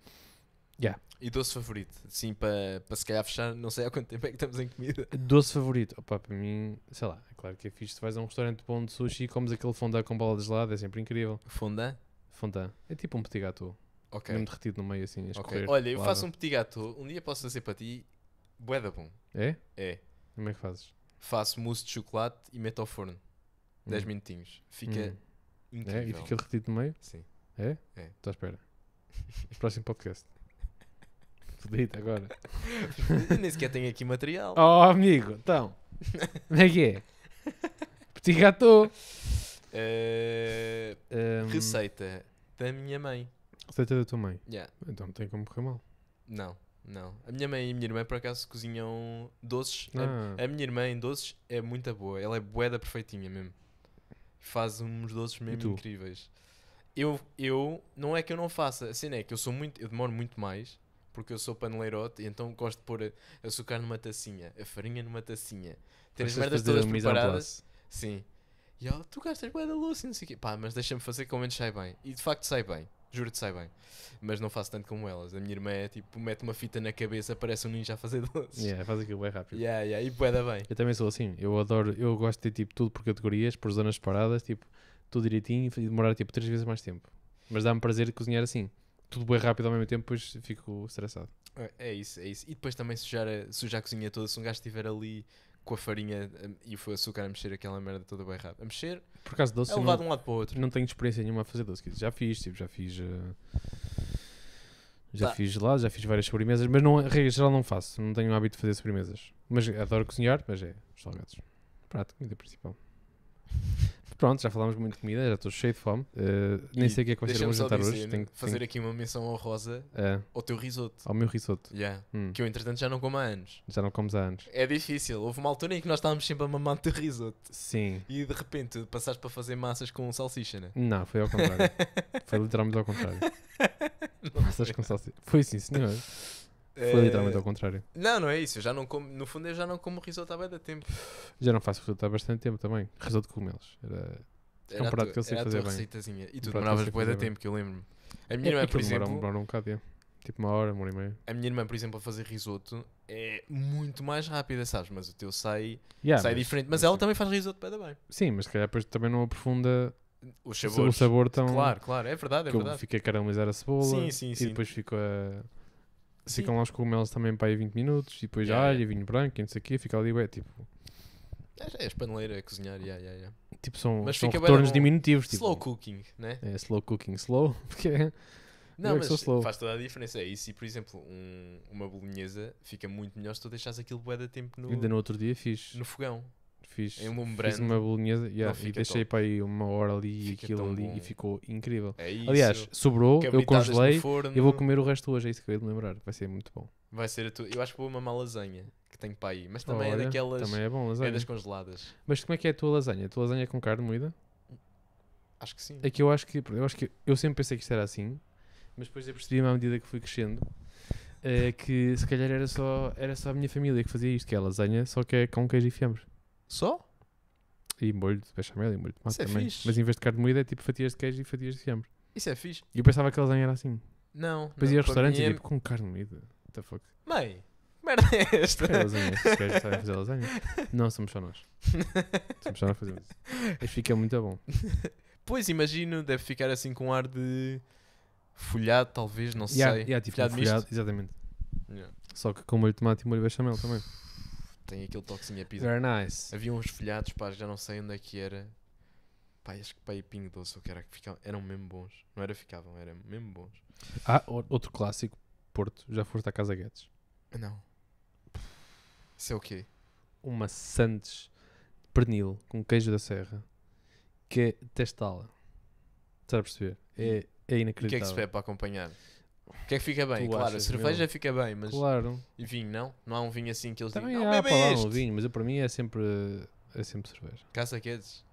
Speaker 2: E doce favorito? Sim, para pa se calhar fechar, não sei há quanto tempo é que estamos em comida.
Speaker 1: doce favorito? Opa, para mim, sei lá, é claro que é fixe. Tu vais a um restaurante bom de sushi e comes aquele fondant com bola de gelado, é sempre incrível.
Speaker 2: Fondant?
Speaker 1: Fondant. É tipo um petit gâteau.
Speaker 2: Ok.
Speaker 1: Mesmo derretido no meio assim, a
Speaker 2: É. ok.
Speaker 1: escorrer.
Speaker 2: Olha, eu
Speaker 1: gelado.
Speaker 2: faço um petit gâteau. Um dia posso fazer para ti. Bué da bom.
Speaker 1: É?
Speaker 2: É.
Speaker 1: Como é que fazes?
Speaker 2: Faço mousse de chocolate e meto ao forno. 10 minutinhos. Fica
Speaker 1: Hum. É, e
Speaker 2: incrível.
Speaker 1: fica derretido no meio?
Speaker 2: Sim.
Speaker 1: É?
Speaker 2: É.
Speaker 1: Estou à espera. Próximo podcast. Fudito agora.
Speaker 2: Eu Nem sequer tenho aqui material.
Speaker 1: Oh, amigo, então. Como é que é? Petit gâteau.
Speaker 2: Eh,
Speaker 1: Ahm,
Speaker 2: Receita da minha mãe.
Speaker 1: Receita da tua mãe.
Speaker 2: Yeah.
Speaker 1: Então não tem como correr mal.
Speaker 2: Não, não. A minha mãe e a minha irmã, por acaso, cozinham doces. A-
Speaker 1: Ah,
Speaker 2: A, minha irmã em doces é muito boa. Ela é boeda perfeitinha mesmo. Faz uns doces
Speaker 1: tu?
Speaker 2: mesmo incríveis. Eu, eu, não é que eu não faça. A cena é que eu sou muito, eu demoro muito mais. Porque eu sou paneleirote e então gosto de pôr açúcar numa tacinha, a farinha numa tacinha. Ter
Speaker 1: gostas
Speaker 2: as
Speaker 1: de
Speaker 2: merdas
Speaker 1: fazer
Speaker 2: todas
Speaker 1: um mise en
Speaker 2: preparadas.
Speaker 1: place.
Speaker 2: Sim. E ela, tu gastas bué da louça e não sei o quê. Pá, mas deixa-me fazer que ao menos sai bem. E de facto sai bem. Juro-te sai bem. Mas não faço tanto como elas. A minha irmã é tipo, mete uma fita na cabeça, parece um ninja a fazer doces.
Speaker 1: Yeah, faz aquilo bem rápido.
Speaker 2: Yeah, yeah, E bué da bem.
Speaker 1: Eu também sou assim. Eu adoro, eu gosto de ter tipo tudo por categorias, por zonas separadas, tipo, tudo direitinho e demorar tipo três vezes mais tempo. Mas dá-me prazer cozinhar assim. Tudo bem rápido ao mesmo tempo, depois fico estressado.
Speaker 2: É- É isso, é isso. E depois também sujar a, sujar a cozinha toda. Se um gajo estiver ali com a farinha hum, e o açúcar a mexer aquela merda toda bem rápido. A mexer,
Speaker 1: Por causa de doce,
Speaker 2: é
Speaker 1: eu
Speaker 2: levar
Speaker 1: não,
Speaker 2: de um lado para o outro.
Speaker 1: Tipo, não tenho experiência nenhuma a fazer doce. quer dizer, Já fiz, tipo, já fiz. eh, Já
Speaker 2: Tá.
Speaker 1: fiz lá, já fiz várias sobremesas, mas não, regra geral não faço, não tenho o hábito de fazer sobremesas. Mas adoro cozinhar, mas é os salgados. Prato, comida principal. Pronto, já falámos muito de comida, já estou cheio de fome. eh, nem
Speaker 2: E
Speaker 1: sei o que é que vai ser o
Speaker 2: deixa-me
Speaker 1: meu
Speaker 2: só
Speaker 1: jantar hoje.
Speaker 2: dizer,
Speaker 1: tenho- tenho-
Speaker 2: fazer aqui uma menção honrosa
Speaker 1: eh,
Speaker 2: ao teu risoto.
Speaker 1: ao meu risoto.
Speaker 2: Yeah.
Speaker 1: Hum,
Speaker 2: Que eu, entretanto, já não como há anos.
Speaker 1: já não comes há anos.
Speaker 2: É difícil. Houve uma altura em que nós estávamos sempre a mamar de risoto.
Speaker 1: Sim.
Speaker 2: E de repente passaste para fazer massas com salsicha, né?
Speaker 1: Não, foi ao contrário. foi literalmente ao contrário. Massas com salsicha. Foi sim, senhor. Foi
Speaker 2: Eh,
Speaker 1: literalmente ao contrário.
Speaker 2: Não, não é isso. Eu já não como, no fundo, eu já não como risoto há bem da tempo.
Speaker 1: Já não faço risoto há bastante tempo também. Risoto de cogumelos. Era... um
Speaker 2: a
Speaker 1: prato
Speaker 2: tua-
Speaker 1: que eu sei
Speaker 2: era a
Speaker 1: fazer
Speaker 2: tua
Speaker 1: bem.
Speaker 2: receitazinha. E tu
Speaker 1: Um prato que eu
Speaker 2: demoravas
Speaker 1: sei
Speaker 2: bué da
Speaker 1: fazer bem.
Speaker 2: tempo, que eu lembro-me. A minha irmã, por
Speaker 1: Aquilo demorou-
Speaker 2: exemplo,
Speaker 1: demorou um bocado, yeah. Tipo uma hora, uma hora e meia.
Speaker 2: a minha irmã, por exemplo, a fazer risoto é muito mais rápida, sabes? Mas o teu sai,
Speaker 1: Yeah,
Speaker 2: sai
Speaker 1: Tá, mas-
Speaker 2: diferente. Mas ela
Speaker 1: sim.
Speaker 2: também faz risoto bué da bem.
Speaker 1: Sim, mas se calhar depois também não aprofunda
Speaker 2: Os
Speaker 1: o
Speaker 2: sabores.
Speaker 1: sabor, tão.
Speaker 2: Claro, claro. É verdade, é
Speaker 1: que eu
Speaker 2: verdade.
Speaker 1: fica a caramelizar a cebola.
Speaker 2: Sim, sim,
Speaker 1: e
Speaker 2: sim.
Speaker 1: depois fico a.
Speaker 2: Sim.
Speaker 1: Ficam lá os cogumelos também para aí 20 minutos. E depois
Speaker 2: Yeah,
Speaker 1: alho
Speaker 2: yeah.
Speaker 1: e vinho branco e não sei o quê. Fica ali, ué, tipo.
Speaker 2: É, é paneleira a cozinhar, yeah, yeah, yeah.
Speaker 1: Tipo, são,
Speaker 2: Mas
Speaker 1: são
Speaker 2: fica bué da
Speaker 1: retornos
Speaker 2: bom.
Speaker 1: diminutivos. Tipo,
Speaker 2: Slow cooking, né?
Speaker 1: É slow cooking, slow. Porque é-
Speaker 2: Não,
Speaker 1: Eu que
Speaker 2: mas
Speaker 1: sou slow.
Speaker 2: faz toda a diferença. É isso. E, por exemplo, um- uma bolonhesa fica muito melhor se tu deixares aquilo bué da tempo no,
Speaker 1: ainda no outro dia fiz.
Speaker 2: no fogão.
Speaker 1: fiz,
Speaker 2: em um
Speaker 1: fiz
Speaker 2: brand.
Speaker 1: uma bolinhesa yeah, e
Speaker 2: fica
Speaker 1: deixei para aí uma hora ali e
Speaker 2: Fica
Speaker 1: aquilo
Speaker 2: tão
Speaker 1: ali e
Speaker 2: bom.
Speaker 1: ficou incrível.
Speaker 2: É isso.
Speaker 1: Aliás, sobrou, eu
Speaker 2: cabritadas no
Speaker 1: congelei.
Speaker 2: forno.
Speaker 1: Eu vou comer o resto hoje, é isso que eu ia me lembrar. Vai ser muito bom.
Speaker 2: Vai ser a tua. Eu acho que vou mamar lasanha que tenho para aí. Mas também
Speaker 1: Olha,
Speaker 2: é daquelas.
Speaker 1: Também é bom
Speaker 2: é
Speaker 1: lasanha.
Speaker 2: das congeladas.
Speaker 1: Mas como é que é a tua lasanha? A tua lasanha é com carne moída?
Speaker 2: Acho que sim.
Speaker 1: É que eu acho que eu acho que eu sempre pensei que isto era assim, mas depois eu percebi-me à medida que fui crescendo eh, que se calhar era só, era só a minha família que fazia isto, que é lasanha, só que é com queijo e fiambre.
Speaker 2: Só?
Speaker 1: E molho de bechamel e molho de tomate
Speaker 2: Isso é
Speaker 1: também.
Speaker 2: fixe.
Speaker 1: Mas em vez de carne moída é tipo fatias de queijo e fatias de fiambre.
Speaker 2: Isso é fixe.
Speaker 1: E eu pensava que a lasanha era assim.
Speaker 2: Não.
Speaker 1: Depois
Speaker 2: não,
Speaker 1: ia a
Speaker 2: para
Speaker 1: restaurantes
Speaker 2: mim
Speaker 1: e
Speaker 2: é-
Speaker 1: tipo, com carne moída. What the fuck?
Speaker 2: Mãe, que merda é esta?
Speaker 1: Que lasanha? Estes gajos sabem fazer lasanha? Não, somos só nós. Somos só nós fazemos isso. E fica muito bom.
Speaker 2: Pois, imagino, deve ficar assim com um ar de folhado, talvez, não
Speaker 1: E há-
Speaker 2: sei.
Speaker 1: e há tipo um
Speaker 2: folhado misto.
Speaker 1: folhado- exatamente.
Speaker 2: Yeah.
Speaker 1: Só que com molho de tomate e molho de bechamel também.
Speaker 2: Tem aquele toquezinho a pizza. É
Speaker 1: Very nice.
Speaker 2: Havia uns folhados, pá, já não sei onde é que era. Pá, acho que pá, e Pingo Doce, ou que era que ficavam, eram mesmo bons. Não era ficavam, eram mesmo bons.
Speaker 1: Ah, o- outro clássico, Porto, já foste à Casa Guedes.
Speaker 2: Não. Isso é o quê?
Speaker 1: Uma Sandes de pernil com queijo da serra que é testala. Estás a perceber? É, é
Speaker 2: E o que é que
Speaker 1: inacreditável.
Speaker 2: se bebe para acompanhar? O que é que fica bem?
Speaker 1: Tu
Speaker 2: claro, a
Speaker 1: achas,
Speaker 2: cerveja
Speaker 1: meu?
Speaker 2: fica bem, mas.
Speaker 1: Claro.
Speaker 2: E vinho, não? Não há um vinho assim que eles
Speaker 1: Também
Speaker 2: digam. Não,
Speaker 1: há
Speaker 2: bebem
Speaker 1: para lá
Speaker 2: este.
Speaker 1: um vinho, mas eu, para mim é sempre, é sempre cerveja.
Speaker 2: Caça Quedes.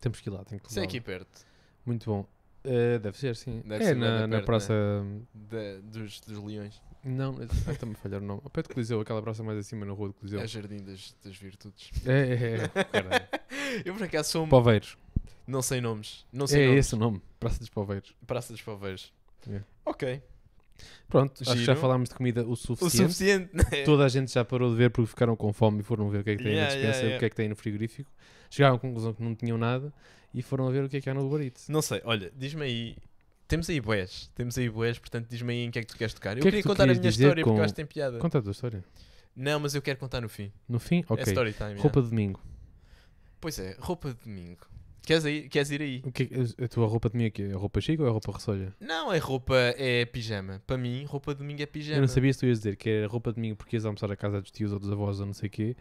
Speaker 1: Temos que ir lá, tem que
Speaker 2: Isso é
Speaker 1: levar.
Speaker 2: aqui perto
Speaker 1: Muito bom. Eh, deve ser, sim.
Speaker 2: Deve
Speaker 1: é
Speaker 2: ser bué da
Speaker 1: na, na
Speaker 2: perto,
Speaker 1: praça.
Speaker 2: da- dos, dos leões.
Speaker 1: Não, ah, está-me a falhar o nome. Ao pé do Coliseu, aquela praça mais acima na rua do Coliseu.
Speaker 2: É o jardim das, das virtudes.
Speaker 1: É, é, é. caralho.
Speaker 2: Eu por acaso sou um.
Speaker 1: Poveiros.
Speaker 2: Não sei nomes.
Speaker 1: É
Speaker 2: Não
Speaker 1: É.
Speaker 2: sei nomes.
Speaker 1: esse o nome. Praça dos Poveiros.
Speaker 2: Praça dos Paveiros.
Speaker 1: Yeah.
Speaker 2: Ok.
Speaker 1: Pronto, acho que já
Speaker 2: Giro.
Speaker 1: falámos de comida o
Speaker 2: O
Speaker 1: suficiente.
Speaker 2: suficiente. né?
Speaker 1: Toda a gente já parou de ver porque ficaram com fome e foram ver o que é que tem
Speaker 2: Yeah,
Speaker 1: na
Speaker 2: yeah,
Speaker 1: despensa,
Speaker 2: yeah.
Speaker 1: o que é que tem no frigorífico. Chegaram à conclusão que não tinham nada e foram a ver o que é que há no Uber Eats.
Speaker 2: Não sei, olha, diz-me aí. Temos aí boés, temos aí boés, portanto diz-me aí em que é que tu queres tocar.
Speaker 1: O
Speaker 2: Eu
Speaker 1: que é que
Speaker 2: queria
Speaker 1: tu
Speaker 2: contar a
Speaker 1: querias
Speaker 2: minha
Speaker 1: dizer
Speaker 2: história porque
Speaker 1: com-
Speaker 2: eu acho que tem piada.
Speaker 1: Conta a tua história.
Speaker 2: Não, mas eu quero contar no fim.
Speaker 1: No fim, ok.
Speaker 2: É story time.
Speaker 1: Roupa
Speaker 2: yeah.
Speaker 1: de domingo.
Speaker 2: Pois é, roupa de domingo. Queres, aí, queres ir aí?
Speaker 1: O que é que- a tua roupa de domingo é quê? É roupa chique ou é roupa ressolha?
Speaker 2: Não, é roupa, é pijama. Para mim, roupa de domingo é pijama.
Speaker 1: Eu não sabia se tu ias dizer que era roupa de domingo porque ias almoçar à casa dos tios ou dos avós ou não sei o quê,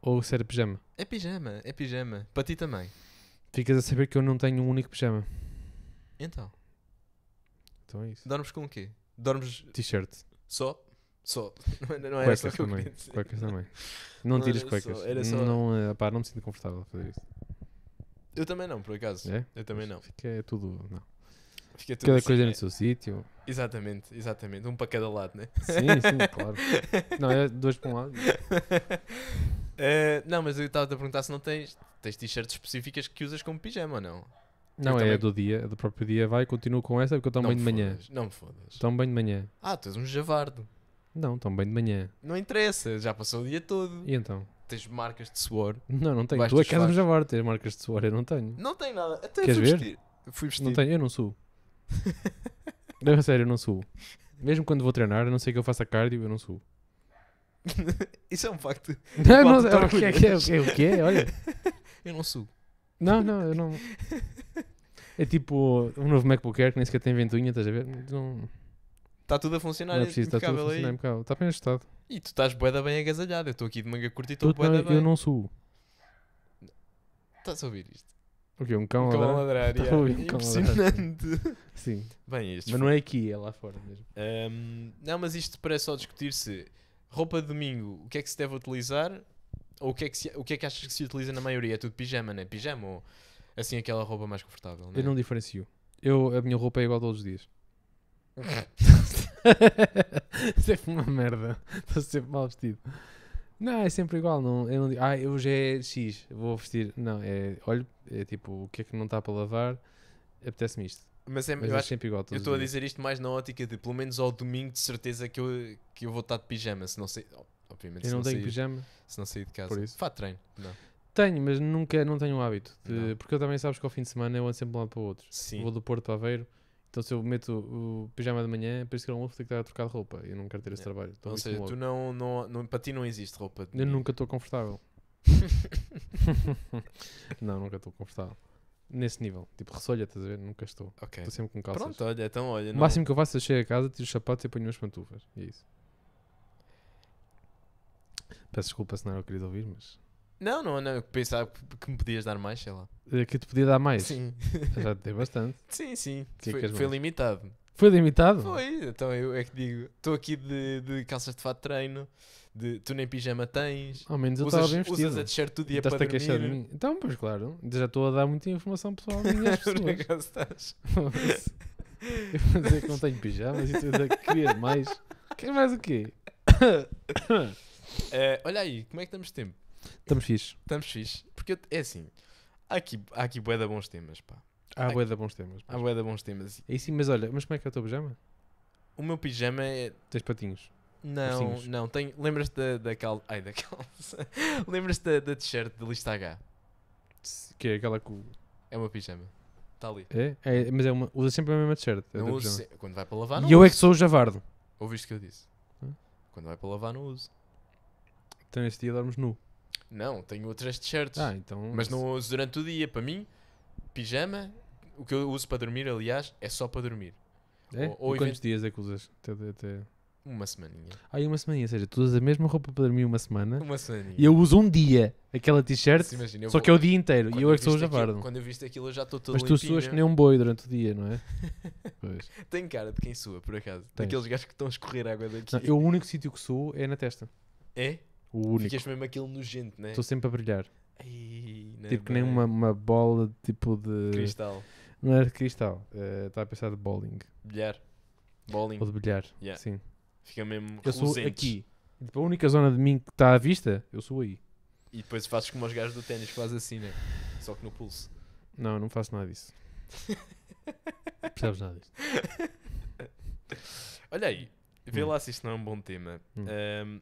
Speaker 1: ou se era pijama.
Speaker 2: É pijama, é pijama. Para ti também.
Speaker 1: Ficas a saber que eu não tenho um único pijama.
Speaker 2: Então,
Speaker 1: Então é isso.
Speaker 2: dormes com o quê? Dormes
Speaker 1: T-shirt,
Speaker 2: só? Só. Não, é- não é essa
Speaker 1: cuecas
Speaker 2: que eu
Speaker 1: também.
Speaker 2: queria dizer.
Speaker 1: Cuecas também. Não
Speaker 2: Não,
Speaker 1: tiras
Speaker 2: era
Speaker 1: cuecas.
Speaker 2: só- era só-
Speaker 1: Não, eh, pá, não me sinto confortável a fazer isso.
Speaker 2: Eu também não, por acaso.
Speaker 1: É?
Speaker 2: Eu também não.
Speaker 1: Fica é tudo. Não.
Speaker 2: Fica tudo
Speaker 1: Cada
Speaker 2: assim,
Speaker 1: coisa
Speaker 2: né?
Speaker 1: no seu sítio.
Speaker 2: Exatamente, exatamente. Um para cada lado, né?
Speaker 1: Sim, sim, claro. Não, é dois para um lado.
Speaker 2: Eh, não, mas eu estava a perguntar se não tens. Tens t-shirts específicas que usas como pijama ou não?
Speaker 1: Não, é
Speaker 2: também-
Speaker 1: do dia, é do próprio dia. Vai, continuo com essa porque eu tomo
Speaker 2: não
Speaker 1: bem de
Speaker 2: me
Speaker 1: manhã.
Speaker 2: fodas, Não me fodas.
Speaker 1: Tomo bem de manhã.
Speaker 2: Ah, tu és um javardo.
Speaker 1: Não, tomo bem de manhã.
Speaker 2: Não interessa, já passou o dia todo.
Speaker 1: E então?
Speaker 2: Tens marcas de suor.
Speaker 1: Não, não tenho.
Speaker 2: Vais
Speaker 1: tu é
Speaker 2: dos
Speaker 1: que és um
Speaker 2: fatos.
Speaker 1: javar, tens marcas de suor, eu não tenho.
Speaker 2: Não tipo tem nada. Até
Speaker 1: Queres
Speaker 2: fui
Speaker 1: ver?
Speaker 2: vestir. Fui vestir.
Speaker 1: Não tenho, eu não subo. Não, a sério, eu não subo. Mesmo quando vou treinar, a não ser que eu faça cardio, eu não subo.
Speaker 2: Isso é um facto.
Speaker 1: Não, não,
Speaker 2: te
Speaker 1: o que é que é? O que é? O que é? Olha.
Speaker 2: Eu não subo.
Speaker 1: Não, não, eu não. É tipo um novo MacBook Air que nem sequer tem ventoinha, estás a ver? Não,
Speaker 2: Está tudo a funcionar.
Speaker 1: não é preciso, está tudo a
Speaker 2: impecável
Speaker 1: funcionar
Speaker 2: aí.
Speaker 1: impecável. Está bem ajustado.
Speaker 2: E tu estás boeda bem agasalhado. Eu estou aqui de manga curta e estou
Speaker 1: Puto, não,
Speaker 2: boeda bem.
Speaker 1: eu não subo.
Speaker 2: Estás a ouvir isto?
Speaker 1: O quê? Um cão?
Speaker 2: Um
Speaker 1: a
Speaker 2: cão a
Speaker 1: ladrar?
Speaker 2: ladrar.
Speaker 1: Estou a
Speaker 2: yeah.
Speaker 1: ouvir um cão a ladrar.
Speaker 2: Impressionante.
Speaker 1: Sim.
Speaker 2: Bem, isto
Speaker 1: Mas não é aqui, é lá fora mesmo.
Speaker 2: Ahm, não, mas isto parece só discutir se roupa de domingo, o que é que se deve utilizar ou o que é que, se- o que, é que achas que se utiliza na maioria? É tudo pijama, né? Pijama ou assim aquela roupa mais confortável, né?
Speaker 1: Eu não diferencio. Eu, a minha roupa é igual todos os dias. sempre é uma merda. Estou sempre mal vestido. Não, é sempre igual. Não, eu não digo, ah, hoje é X, vou vestir. Não, é, olho, é tipo, o que é que não está para lavar? Apetece-me isto.
Speaker 2: Mas, é,
Speaker 1: Mas
Speaker 2: eu
Speaker 1: é
Speaker 2: acho que
Speaker 1: sempre igual
Speaker 2: eu
Speaker 1: todos
Speaker 2: estou a
Speaker 1: os dias.
Speaker 2: dizer isto mais na ótica de pelo menos ao domingo de certeza que eu, que eu vou estar de pijama, se não sei. oh, Obviamente,
Speaker 1: Eu
Speaker 2: se,
Speaker 1: não
Speaker 2: não
Speaker 1: tenho
Speaker 2: sair,
Speaker 1: pijama.
Speaker 2: se não sair de casa.
Speaker 1: por isso.
Speaker 2: Fato de treino. Não.
Speaker 1: Tenho, mas nunca, não tenho o hábito. de-
Speaker 2: Não.
Speaker 1: Porque eu também sabes que ao fim de semana eu ando sempre de um lado para o outro.
Speaker 2: Sim.
Speaker 1: Vou do Porto para Aveiro. Então se eu meto o pijama de manhã, para isso que eu almoço, tenho que estar a trocar de roupa. Eu não quero ter esse
Speaker 2: Yeah.
Speaker 1: trabalho. Então
Speaker 2: É. Ou
Speaker 1: visto-me
Speaker 2: seja, tu
Speaker 1: logo.
Speaker 2: não, não, não- Para ti não existe roupa de
Speaker 1: Eu
Speaker 2: domingo.
Speaker 1: nunca estou confortável. não, nunca estou confortável. Nesse nível. Tipo, ressolha, estás a ver? Nunca estou.
Speaker 2: Ok.
Speaker 1: Estou sempre com calças.
Speaker 2: Pronto, olha, então olha.
Speaker 1: o
Speaker 2: não-
Speaker 1: máximo que eu faço é chegar a casa, tiro os sapatos e ponho umas pantufas. E é isso. Peço desculpa se não era o que querido ouvir, mas...
Speaker 2: Não, não, não. Eu pensava que que me podias dar mais, sei lá.
Speaker 1: Eh, Que te podia dar mais.
Speaker 2: Sim.
Speaker 1: Já te dei bastante.
Speaker 2: Sim, sim.
Speaker 1: Que é que
Speaker 2: foi,
Speaker 1: queres
Speaker 2: foi
Speaker 1: mais?
Speaker 2: limitado.
Speaker 1: Foi limitado?
Speaker 2: Foi, então eu é que digo. Estou aqui de, de calças de fato de treino, de tu nem pijama tens,
Speaker 1: Ao menos eu estava
Speaker 2: usas,
Speaker 1: bem
Speaker 2: usas
Speaker 1: vestido.
Speaker 2: a t-shirt todo dia para
Speaker 1: Estás-te a
Speaker 2: dormir.
Speaker 1: queixar de mim? Então, pois claro, já estou a dar muita informação pessoal a minhas
Speaker 2: Por
Speaker 1: pessoas.
Speaker 2: acaso estás?
Speaker 1: Eu vou dizer que não tenho pijamas e tu ainda querias mais. Quer mais o quê?
Speaker 2: Eh, olha aí, como é que estamos de tempo?
Speaker 1: Estamos fixe.
Speaker 2: Estamos fixe? Porque eu- é assim, há aqui, há aqui bué de bons temas, pá.
Speaker 1: Há
Speaker 2: Ai.
Speaker 1: bué de bons temas.
Speaker 2: Há bué de bons temas.
Speaker 1: Aí sim, mas olha, mas como é que é o teu pijama?
Speaker 2: O meu pijama é...
Speaker 1: Tens patinhos.
Speaker 2: Não,
Speaker 1: Ursinhos.
Speaker 2: não, tem... Lembras-te da, da calça... Ai, da calça. Lembras-te da, da t-shirt de lista H?
Speaker 1: Que é aquela que... o-
Speaker 2: É o meu pijama. Está ali.
Speaker 1: É? É, mas é uma... Usa sempre a mesma t-shirt. é o
Speaker 2: Não
Speaker 1: teu
Speaker 2: uso
Speaker 1: pijama.
Speaker 2: se- Quando vai para lavar, não
Speaker 1: E eu é que
Speaker 2: uso.
Speaker 1: sou o javardo.
Speaker 2: Ouviste o que eu disse?
Speaker 1: Hã?
Speaker 2: Quando vai para lavar, não uso.
Speaker 1: Então nesse dia dormes nu.
Speaker 2: Não, tenho outras t-shirts.
Speaker 1: Ah, então...
Speaker 2: Mas não uso durante o dia. Para mim, pijama, o que eu uso para dormir, aliás, é só para dormir.
Speaker 1: É?
Speaker 2: ou- ou
Speaker 1: E quantos dias é que usas? Até, até...
Speaker 2: Uma semaninha.
Speaker 1: Ah, e uma semaninha. Ou seja, tu usas a mesma roupa para dormir uma semana
Speaker 2: Uma semaninha.
Speaker 1: e eu uso um dia aquela t-shirt,
Speaker 2: Se imagina, eu
Speaker 1: só
Speaker 2: vou-
Speaker 1: que é o dia inteiro.
Speaker 2: quando
Speaker 1: E eu é que sou o
Speaker 2: visto aquilo-
Speaker 1: javardo.
Speaker 2: Quando eu visto aquilo, eu já estou todo
Speaker 1: Mas tu
Speaker 2: limpinho. né?
Speaker 1: suas que nem um boi durante o dia, não é? Pois.
Speaker 2: Tem cara de quem sua, por acaso.
Speaker 1: Tens.
Speaker 2: Daqueles gajos que estão a escorrer água daqui.
Speaker 1: Não, eu o único sítio que suo é na testa.
Speaker 2: É?
Speaker 1: O único.
Speaker 2: Ficas mesmo aquilo nojento, né?
Speaker 1: Estou sempre a brilhar.
Speaker 2: Ei, não é
Speaker 1: tipo que nem
Speaker 2: bem.
Speaker 1: uma, uma bola tipo de.
Speaker 2: Cristal.
Speaker 1: Não era de cristal. eh, Estava a pensar de bowling.
Speaker 2: Bilhar. Bowling.
Speaker 1: Ou de bilhar.
Speaker 2: Yeah.
Speaker 1: Sim.
Speaker 2: Fica mesmo
Speaker 1: Eu sou
Speaker 2: reluzentes.
Speaker 1: aqui. Tipo, a única zona de mim que está à vista, eu sou aí.
Speaker 2: E depois fazes como os gajos do ténis que fazem assim, né? Só que no pulso.
Speaker 1: Não, eu não faço nada disso. Percebes nada disso.
Speaker 2: Olha aí, vê
Speaker 1: Hum.
Speaker 2: lá se isto não é um bom tema.
Speaker 1: Hum.
Speaker 2: Ahm,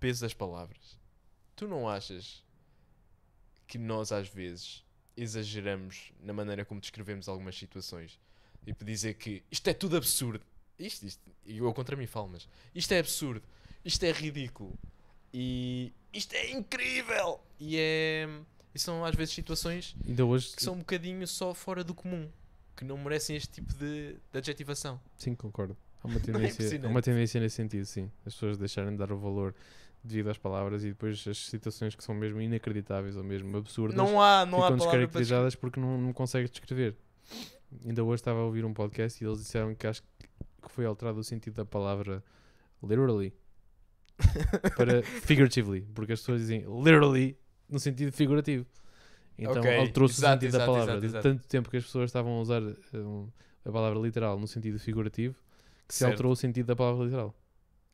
Speaker 2: peso das palavras. Tu não achas que nós às vezes exageramos na maneira como descrevemos algumas situações? Tipo, dizer que isto é tudo absurdo. Isto, isto, e eu contra mim falo, mas isto é absurdo, isto é ridículo e isto é incrível. E é. E são às vezes situações
Speaker 1: Ainda hoje,
Speaker 2: que são um bocadinho só fora do comum, que não merecem este tipo de, de adjetivação.
Speaker 1: sim, concordo. Há uma,
Speaker 2: é
Speaker 1: tendência, há uma
Speaker 2: impressionante?
Speaker 1: tendência nesse sentido, sim. As pessoas deixarem de dar o valor devido às palavras e depois as situações que são mesmo inacreditáveis ou mesmo absurdas.
Speaker 2: Não há, não há
Speaker 1: ficam
Speaker 2: palavra para
Speaker 1: descaracterizadas porque não, não consegues descrever. Ainda hoje estava a ouvir um podcast e eles disseram que acho que foi alterado o sentido da palavra literally para figuratively, porque as pessoas dizem literally no sentido figurativo. Então
Speaker 2: Ok,
Speaker 1: alterou-se o
Speaker 2: exato,
Speaker 1: sentido da
Speaker 2: exato,
Speaker 1: palavra.
Speaker 2: exato,
Speaker 1: De
Speaker 2: exato.
Speaker 1: tanto tempo que as pessoas estavam a usar hum, a palavra literal no sentido figurativo, que se
Speaker 2: Certo.
Speaker 1: alterou o sentido da palavra literal.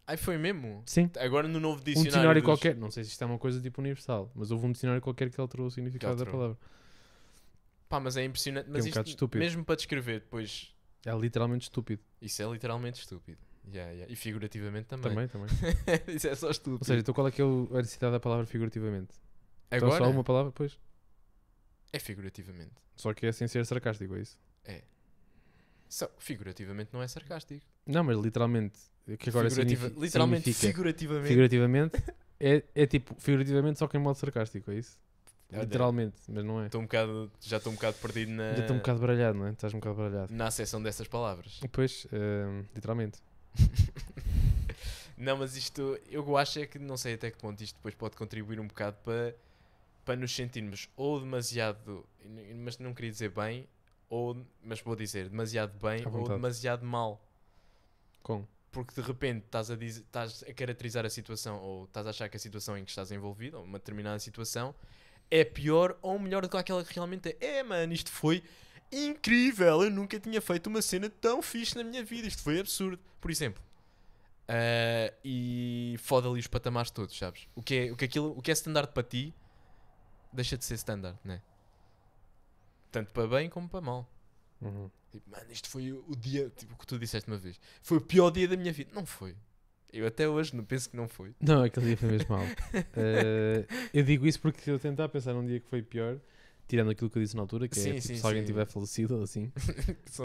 Speaker 2: Ai, foi mesmo?
Speaker 1: Sim.
Speaker 2: Agora no novo
Speaker 1: Um
Speaker 2: dicionário.
Speaker 1: dicionário
Speaker 2: dos-
Speaker 1: qualquer, não sei se isto é uma coisa tipo universal, mas houve um dicionário qualquer que alterou o significado da
Speaker 2: alterou.
Speaker 1: palavra.
Speaker 2: Pá, mas é impressionante. Mas
Speaker 1: um
Speaker 2: isto,
Speaker 1: bocado estúpido.
Speaker 2: mesmo para descrever depois,
Speaker 1: É literalmente estúpido.
Speaker 2: isso é literalmente estúpido. Yeah, yeah. E figurativamente também.
Speaker 1: Também, também.
Speaker 2: isso é só estúpido.
Speaker 1: Ou seja, então qual é que é o- a necessidade da palavra figurativamente? Então
Speaker 2: Agora
Speaker 1: só uma palavra, pois.
Speaker 2: é figurativamente.
Speaker 1: Só que é sem ser sarcástico, é isso.
Speaker 2: Só, figurativamente não é sarcástico.
Speaker 1: Não, mas literalmente, o que agora
Speaker 2: Figurativa-
Speaker 1: signifi-
Speaker 2: literalmente,
Speaker 1: significa
Speaker 2: figurativamente.
Speaker 1: figurativamente, é, é tipo, figurativamente só que em modo sarcástico, é isso?
Speaker 2: Olha,
Speaker 1: Literalmente, mas não é.
Speaker 2: Estou um bocado, já estou um bocado perdido na,
Speaker 1: Ainda estou um bocado baralhado, não é? Estás um bocado baralhado.
Speaker 2: na acessão dessas palavras.
Speaker 1: Pois, hum, literalmente.
Speaker 2: Não, mas isto, eu acho é que não sei até que ponto isto depois pode contribuir um bocado para, para nos sentirmos ou demasiado, mas não queria dizer bem, ou, mas vou dizer, demasiado bem
Speaker 1: À
Speaker 2: ou
Speaker 1: vontade.
Speaker 2: demasiado mal.
Speaker 1: Com.
Speaker 2: Porque de repente estás a, dizer, estás a caracterizar a situação ou estás a achar que a situação em que estás envolvido, ou uma determinada situação, é pior ou melhor do que aquela que realmente é. É, mano, isto foi incrível. Eu nunca tinha feito uma cena tão fixe na minha vida. Isto foi absurdo. Por exemplo, ah, e foda ali os patamares todos, sabes? O que é, o que aquilo, o que é standard para ti deixa de ser standard, né? Tanto para bem como para mal.
Speaker 1: Uhum.
Speaker 2: Tipo, mano, isto foi o o dia, tipo, o que tu disseste uma vez. Foi o pior dia da minha vida. Não foi. Eu até hoje não penso que não foi.
Speaker 1: Não, é aquele dia foi mesmo mal. Eh, eu digo isso porque se eu tentar pensar num dia que foi pior, tirando aquilo que eu disse na altura, que
Speaker 2: Sim,
Speaker 1: é tipo,
Speaker 2: sim,
Speaker 1: se alguém
Speaker 2: sim.
Speaker 1: tiver falecido ou assim,
Speaker 2: São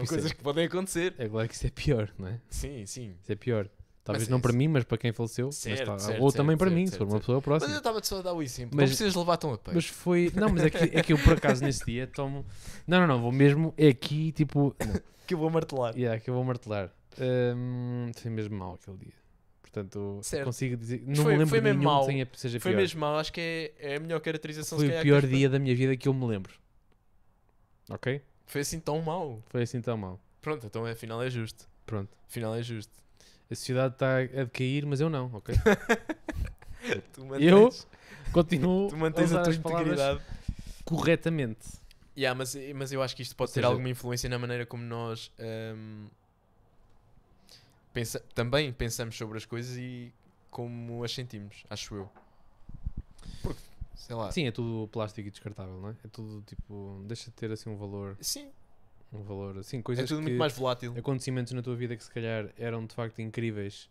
Speaker 1: Isso é-
Speaker 2: coisas que podem acontecer.
Speaker 1: é claro que isso é pior, não é?
Speaker 2: Sim, sim.
Speaker 1: Isso é pior. Talvez
Speaker 2: Mas
Speaker 1: não
Speaker 2: é
Speaker 1: para
Speaker 2: isso.
Speaker 1: mim, mas para quem faleceu.
Speaker 2: Certo,
Speaker 1: mas tá-
Speaker 2: certo,
Speaker 1: Ou
Speaker 2: certo,
Speaker 1: também para
Speaker 2: certo,
Speaker 1: mim, se
Speaker 2: certo,
Speaker 1: for uma
Speaker 2: certo.
Speaker 1: pessoa
Speaker 2: Mas eu
Speaker 1: próxima.
Speaker 2: estava só a dar o exemplo.
Speaker 1: Mas-
Speaker 2: Não precisas levar tão a peito.
Speaker 1: Mas foi. Não, mas é que, é que eu por acaso nesse dia tomo. Não, não, não, vou mesmo é aqui, tipo. Não,
Speaker 2: Que eu vou martelar.
Speaker 1: yeah, é que eu vou martelar. Hum, foi mesmo mal aquele dia. Portanto,
Speaker 2: Certo.
Speaker 1: consigo dizer. Não
Speaker 2: Mas foi-
Speaker 1: me lembro
Speaker 2: foi
Speaker 1: de
Speaker 2: mesmo
Speaker 1: nenhum
Speaker 2: mau.
Speaker 1: que tenha, seja
Speaker 2: Foi
Speaker 1: pior.
Speaker 2: mesmo mal. Acho que é, é a melhor caracterização.
Speaker 1: foi
Speaker 2: se
Speaker 1: o
Speaker 2: calhar,
Speaker 1: pior
Speaker 2: que as-
Speaker 1: dia da minha vida que eu me lembro. Ok?
Speaker 2: Foi assim tão mal.
Speaker 1: Foi assim tão mal.
Speaker 2: Pronto, então afinal é justo.
Speaker 1: Pronto. tá
Speaker 2: Afinal é justo.
Speaker 1: A sociedade está a decair, mas eu não, ok?
Speaker 2: tu
Speaker 1: Eu Continuo
Speaker 2: tu mantens a
Speaker 1: usar
Speaker 2: tua
Speaker 1: as palavras
Speaker 2: integridade.
Speaker 1: corretamente.
Speaker 2: Yeah, mas, mas eu acho que isto pode ter
Speaker 1: seja-
Speaker 2: alguma influência na maneira como nós ahm, pensa- também pensamos sobre as coisas e como as sentimos, acho eu. Porque, sei lá.
Speaker 1: Sim, é tudo plástico e descartável, não é? É tudo tipo, deixa de ter assim um valor,
Speaker 2: Sim,
Speaker 1: um valor assim,
Speaker 2: é
Speaker 1: coisas
Speaker 2: tudo
Speaker 1: que, é
Speaker 2: muito mais volátil.
Speaker 1: acontecimentos na tua vida que se calhar eram de facto incríveis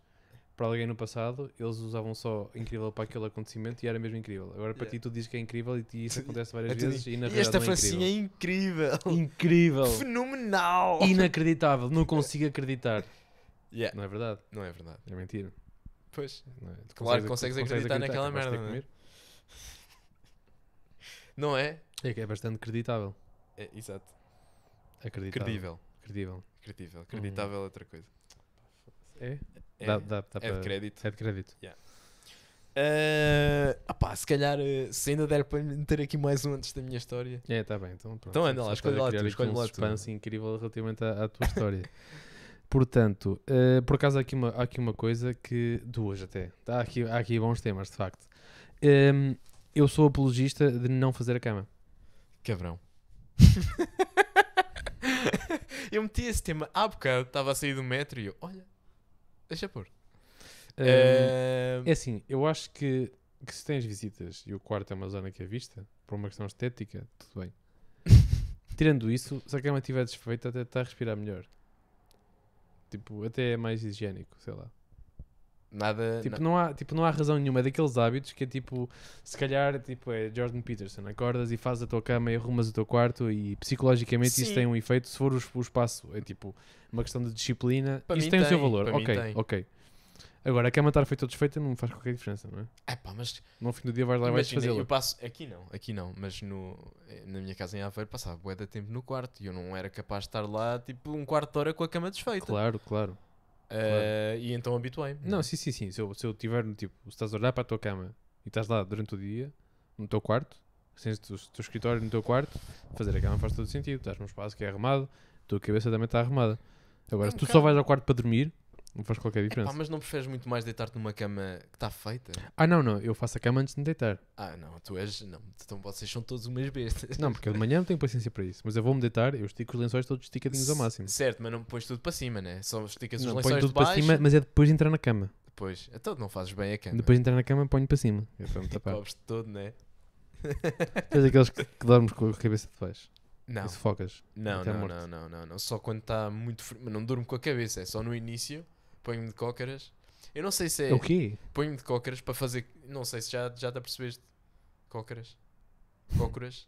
Speaker 1: para alguém no passado, eles usavam só incrível para aquele acontecimento e era mesmo incrível. Agora para
Speaker 2: Yeah.
Speaker 1: ti tu dizes que é incrível e ti isso
Speaker 2: Tu-
Speaker 1: acontece várias
Speaker 2: é tudo
Speaker 1: vezes e na
Speaker 2: E esta
Speaker 1: realidade não é
Speaker 2: facinha é
Speaker 1: incrível.
Speaker 2: incrível.
Speaker 1: Incrível!
Speaker 2: Fenomenal!
Speaker 1: Inacreditável, não consigo acreditar.
Speaker 2: Yeah,
Speaker 1: Não é verdade?
Speaker 2: Não é verdade.
Speaker 1: É mentira.
Speaker 2: Pois.
Speaker 1: Não é? Tu
Speaker 2: Claro que consegues acreditar naquela
Speaker 1: vais ter
Speaker 2: merda,
Speaker 1: que
Speaker 2: não é?
Speaker 1: comer.
Speaker 2: Não é?
Speaker 1: É que é bastante creditável.
Speaker 2: É, exato.
Speaker 1: Acreditável.
Speaker 2: Credível.
Speaker 1: Credível.
Speaker 2: Credível. Acreditável é outra coisa.
Speaker 1: É?
Speaker 2: É,
Speaker 1: Dá, dá, dá
Speaker 2: é
Speaker 1: para-
Speaker 2: de crédito.
Speaker 1: É de crédito.
Speaker 2: Ah, opá, se calhar, eh, se ainda der para meter aqui mais um antes da minha história.
Speaker 1: É, tá bem, então pronto.
Speaker 2: Então anda
Speaker 1: Só
Speaker 2: lá,
Speaker 1: para
Speaker 2: escolhe lá
Speaker 1: criar
Speaker 2: tu,
Speaker 1: aqui
Speaker 2: escolhe
Speaker 1: um
Speaker 2: lá tu.
Speaker 1: suspense incrível relativamente à, à tua história. Portanto, eh, por acaso há aqui, uma, há aqui uma coisa que... Duas até. Há aqui, há aqui bons temas, de facto. Em, eu sou apologista de não fazer a cama.
Speaker 2: Cabrão. eu meti esse tema há bocado, estava a sair do metro e eu, olha, deixa pôr.
Speaker 1: Em,
Speaker 2: Ah,
Speaker 1: É assim, eu acho que, que se tens visitas e o quarto é uma zona que é vista, por uma questão estética, tudo bem. Tirando isso, se a cama estiver desfeita, até está a respirar melhor. Tipo, até é mais higiênico, sei lá.
Speaker 2: nada.
Speaker 1: Tipo
Speaker 2: na-
Speaker 1: não, há, tipo, não há razão nenhuma. É daqueles hábitos que é tipo, se calhar, tipo, é Jordan Peterson. Acordas e fazes a tua cama e arrumas o teu quarto e psicologicamente isso
Speaker 2: Sim.
Speaker 1: tem um efeito. Se for o, es- o espaço, é tipo, uma questão de disciplina.
Speaker 2: Para
Speaker 1: isso
Speaker 2: mim
Speaker 1: tem, o seu
Speaker 2: tem,
Speaker 1: valor.
Speaker 2: para mim
Speaker 1: Ok,
Speaker 2: tem.
Speaker 1: ok. Agora, a cama estar feita ou desfeita não faz qualquer diferença, não é?
Speaker 2: Ah, pá, mas
Speaker 1: No fim do dia vais lá e vais
Speaker 2: imagina,
Speaker 1: fazê-lo.
Speaker 2: eu passo. Aqui não, aqui não, mas no, eh, na minha casa em Aveiro passava bué de tempo no quarto e eu não era capaz de estar lá tipo um quarto de hora com a cama desfeita.
Speaker 1: Claro, claro.
Speaker 2: Ah, E então habituei-me.
Speaker 1: Não, sim, sim, sim. Se eu, se eu tiver, no tipo, se estás a olhar para a tua cama e estás lá durante o dia, no teu quarto, tens o teu o teu escritório no teu quarto, fazer a cama faz todo sentido. Estás num espaço que é arrumado, a tua cabeça também está arrumada. Agora,
Speaker 2: É um
Speaker 1: se tu só
Speaker 2: bocado.
Speaker 1: vais ao quarto para dormir, não faz qualquer
Speaker 2: Pá,
Speaker 1: diferença.
Speaker 2: mas não preferes muito mais deitar-te numa cama que está feita?
Speaker 1: Ah, não, não, eu faço a cama antes de me deitar.
Speaker 2: Ah, não, tu és. Não, então vocês são todos umas bestas.
Speaker 1: Não, porque eu de manhã não tenho paciência para isso. Mas eu vou-me deitar, eu estico os lençóis todos esticadinhos ao
Speaker 2: C-
Speaker 1: máximo.
Speaker 2: Certo, mas não pões tudo para cima, né? Só esticas os
Speaker 1: Não, ponho
Speaker 2: lençóis
Speaker 1: tudo
Speaker 2: de baixo.
Speaker 1: para cima, mas é depois de entrar na cama.
Speaker 2: Depois, então não fazes bem a cama.
Speaker 1: Depois de entrar na cama, ponho para cima. É para me tapar.
Speaker 2: Cobres-te todo, né?
Speaker 1: Tens aqueles que, que dormes com a cabeça de baixo
Speaker 2: Não,
Speaker 1: e sufocas.
Speaker 2: não,
Speaker 1: até
Speaker 2: não,
Speaker 1: morto.
Speaker 2: não, não, não, não. Só quando está muito frio. Mas não durmo com a cabeça, é só no início. Ponho-me de cócaras. Eu não sei se é.
Speaker 1: É o quê?
Speaker 2: Ponho-me de cócaras para fazer. Não sei se já, já te apercebeste. Cócaras. Cócoras.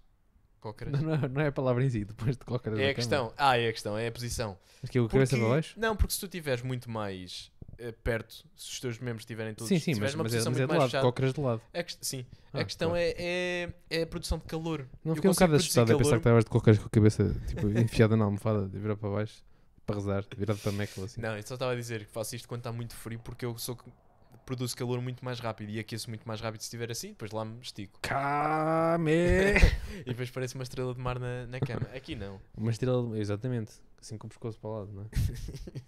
Speaker 2: Cócaras.
Speaker 1: Não, não, não é a palavra em si, depois de colocar
Speaker 2: É a questão. Ah, é a questão, é a posição.
Speaker 1: Mas que é o cabeça para baixo?
Speaker 2: Não, porque se tu estiveres muito mais eh, perto, se os teus membros estiverem todos.
Speaker 1: Sim, sim,
Speaker 2: se
Speaker 1: mas,
Speaker 2: tiveres uma
Speaker 1: mas, é,
Speaker 2: posição
Speaker 1: mas é
Speaker 2: muito
Speaker 1: de
Speaker 2: mais
Speaker 1: lado,
Speaker 2: fechada.
Speaker 1: cócaras de lado.
Speaker 2: A quest- sim,
Speaker 1: Ah,
Speaker 2: a questão é, é, é a produção de calor.
Speaker 1: Não
Speaker 2: Eu
Speaker 1: fiquei um
Speaker 2: consigo
Speaker 1: bocado
Speaker 2: produzir
Speaker 1: assustado a pensar que
Speaker 2: calor-
Speaker 1: estavas de cócaras com a cabeça tipo, enfiada na almofada, de virar para baixo, para rezar, virado para a Mecla assim.
Speaker 2: Não, eu só estava a dizer que faço isto quando está muito frio porque eu sou que produzo calor muito mais rápido e aqueço muito mais rápido se estiver assim, depois lá me estico.
Speaker 1: Kame!
Speaker 2: E depois parece uma estrela de mar na, na cama. Aqui não.
Speaker 1: Uma estrela, exatamente, assim com o pescoço para o lado, não é?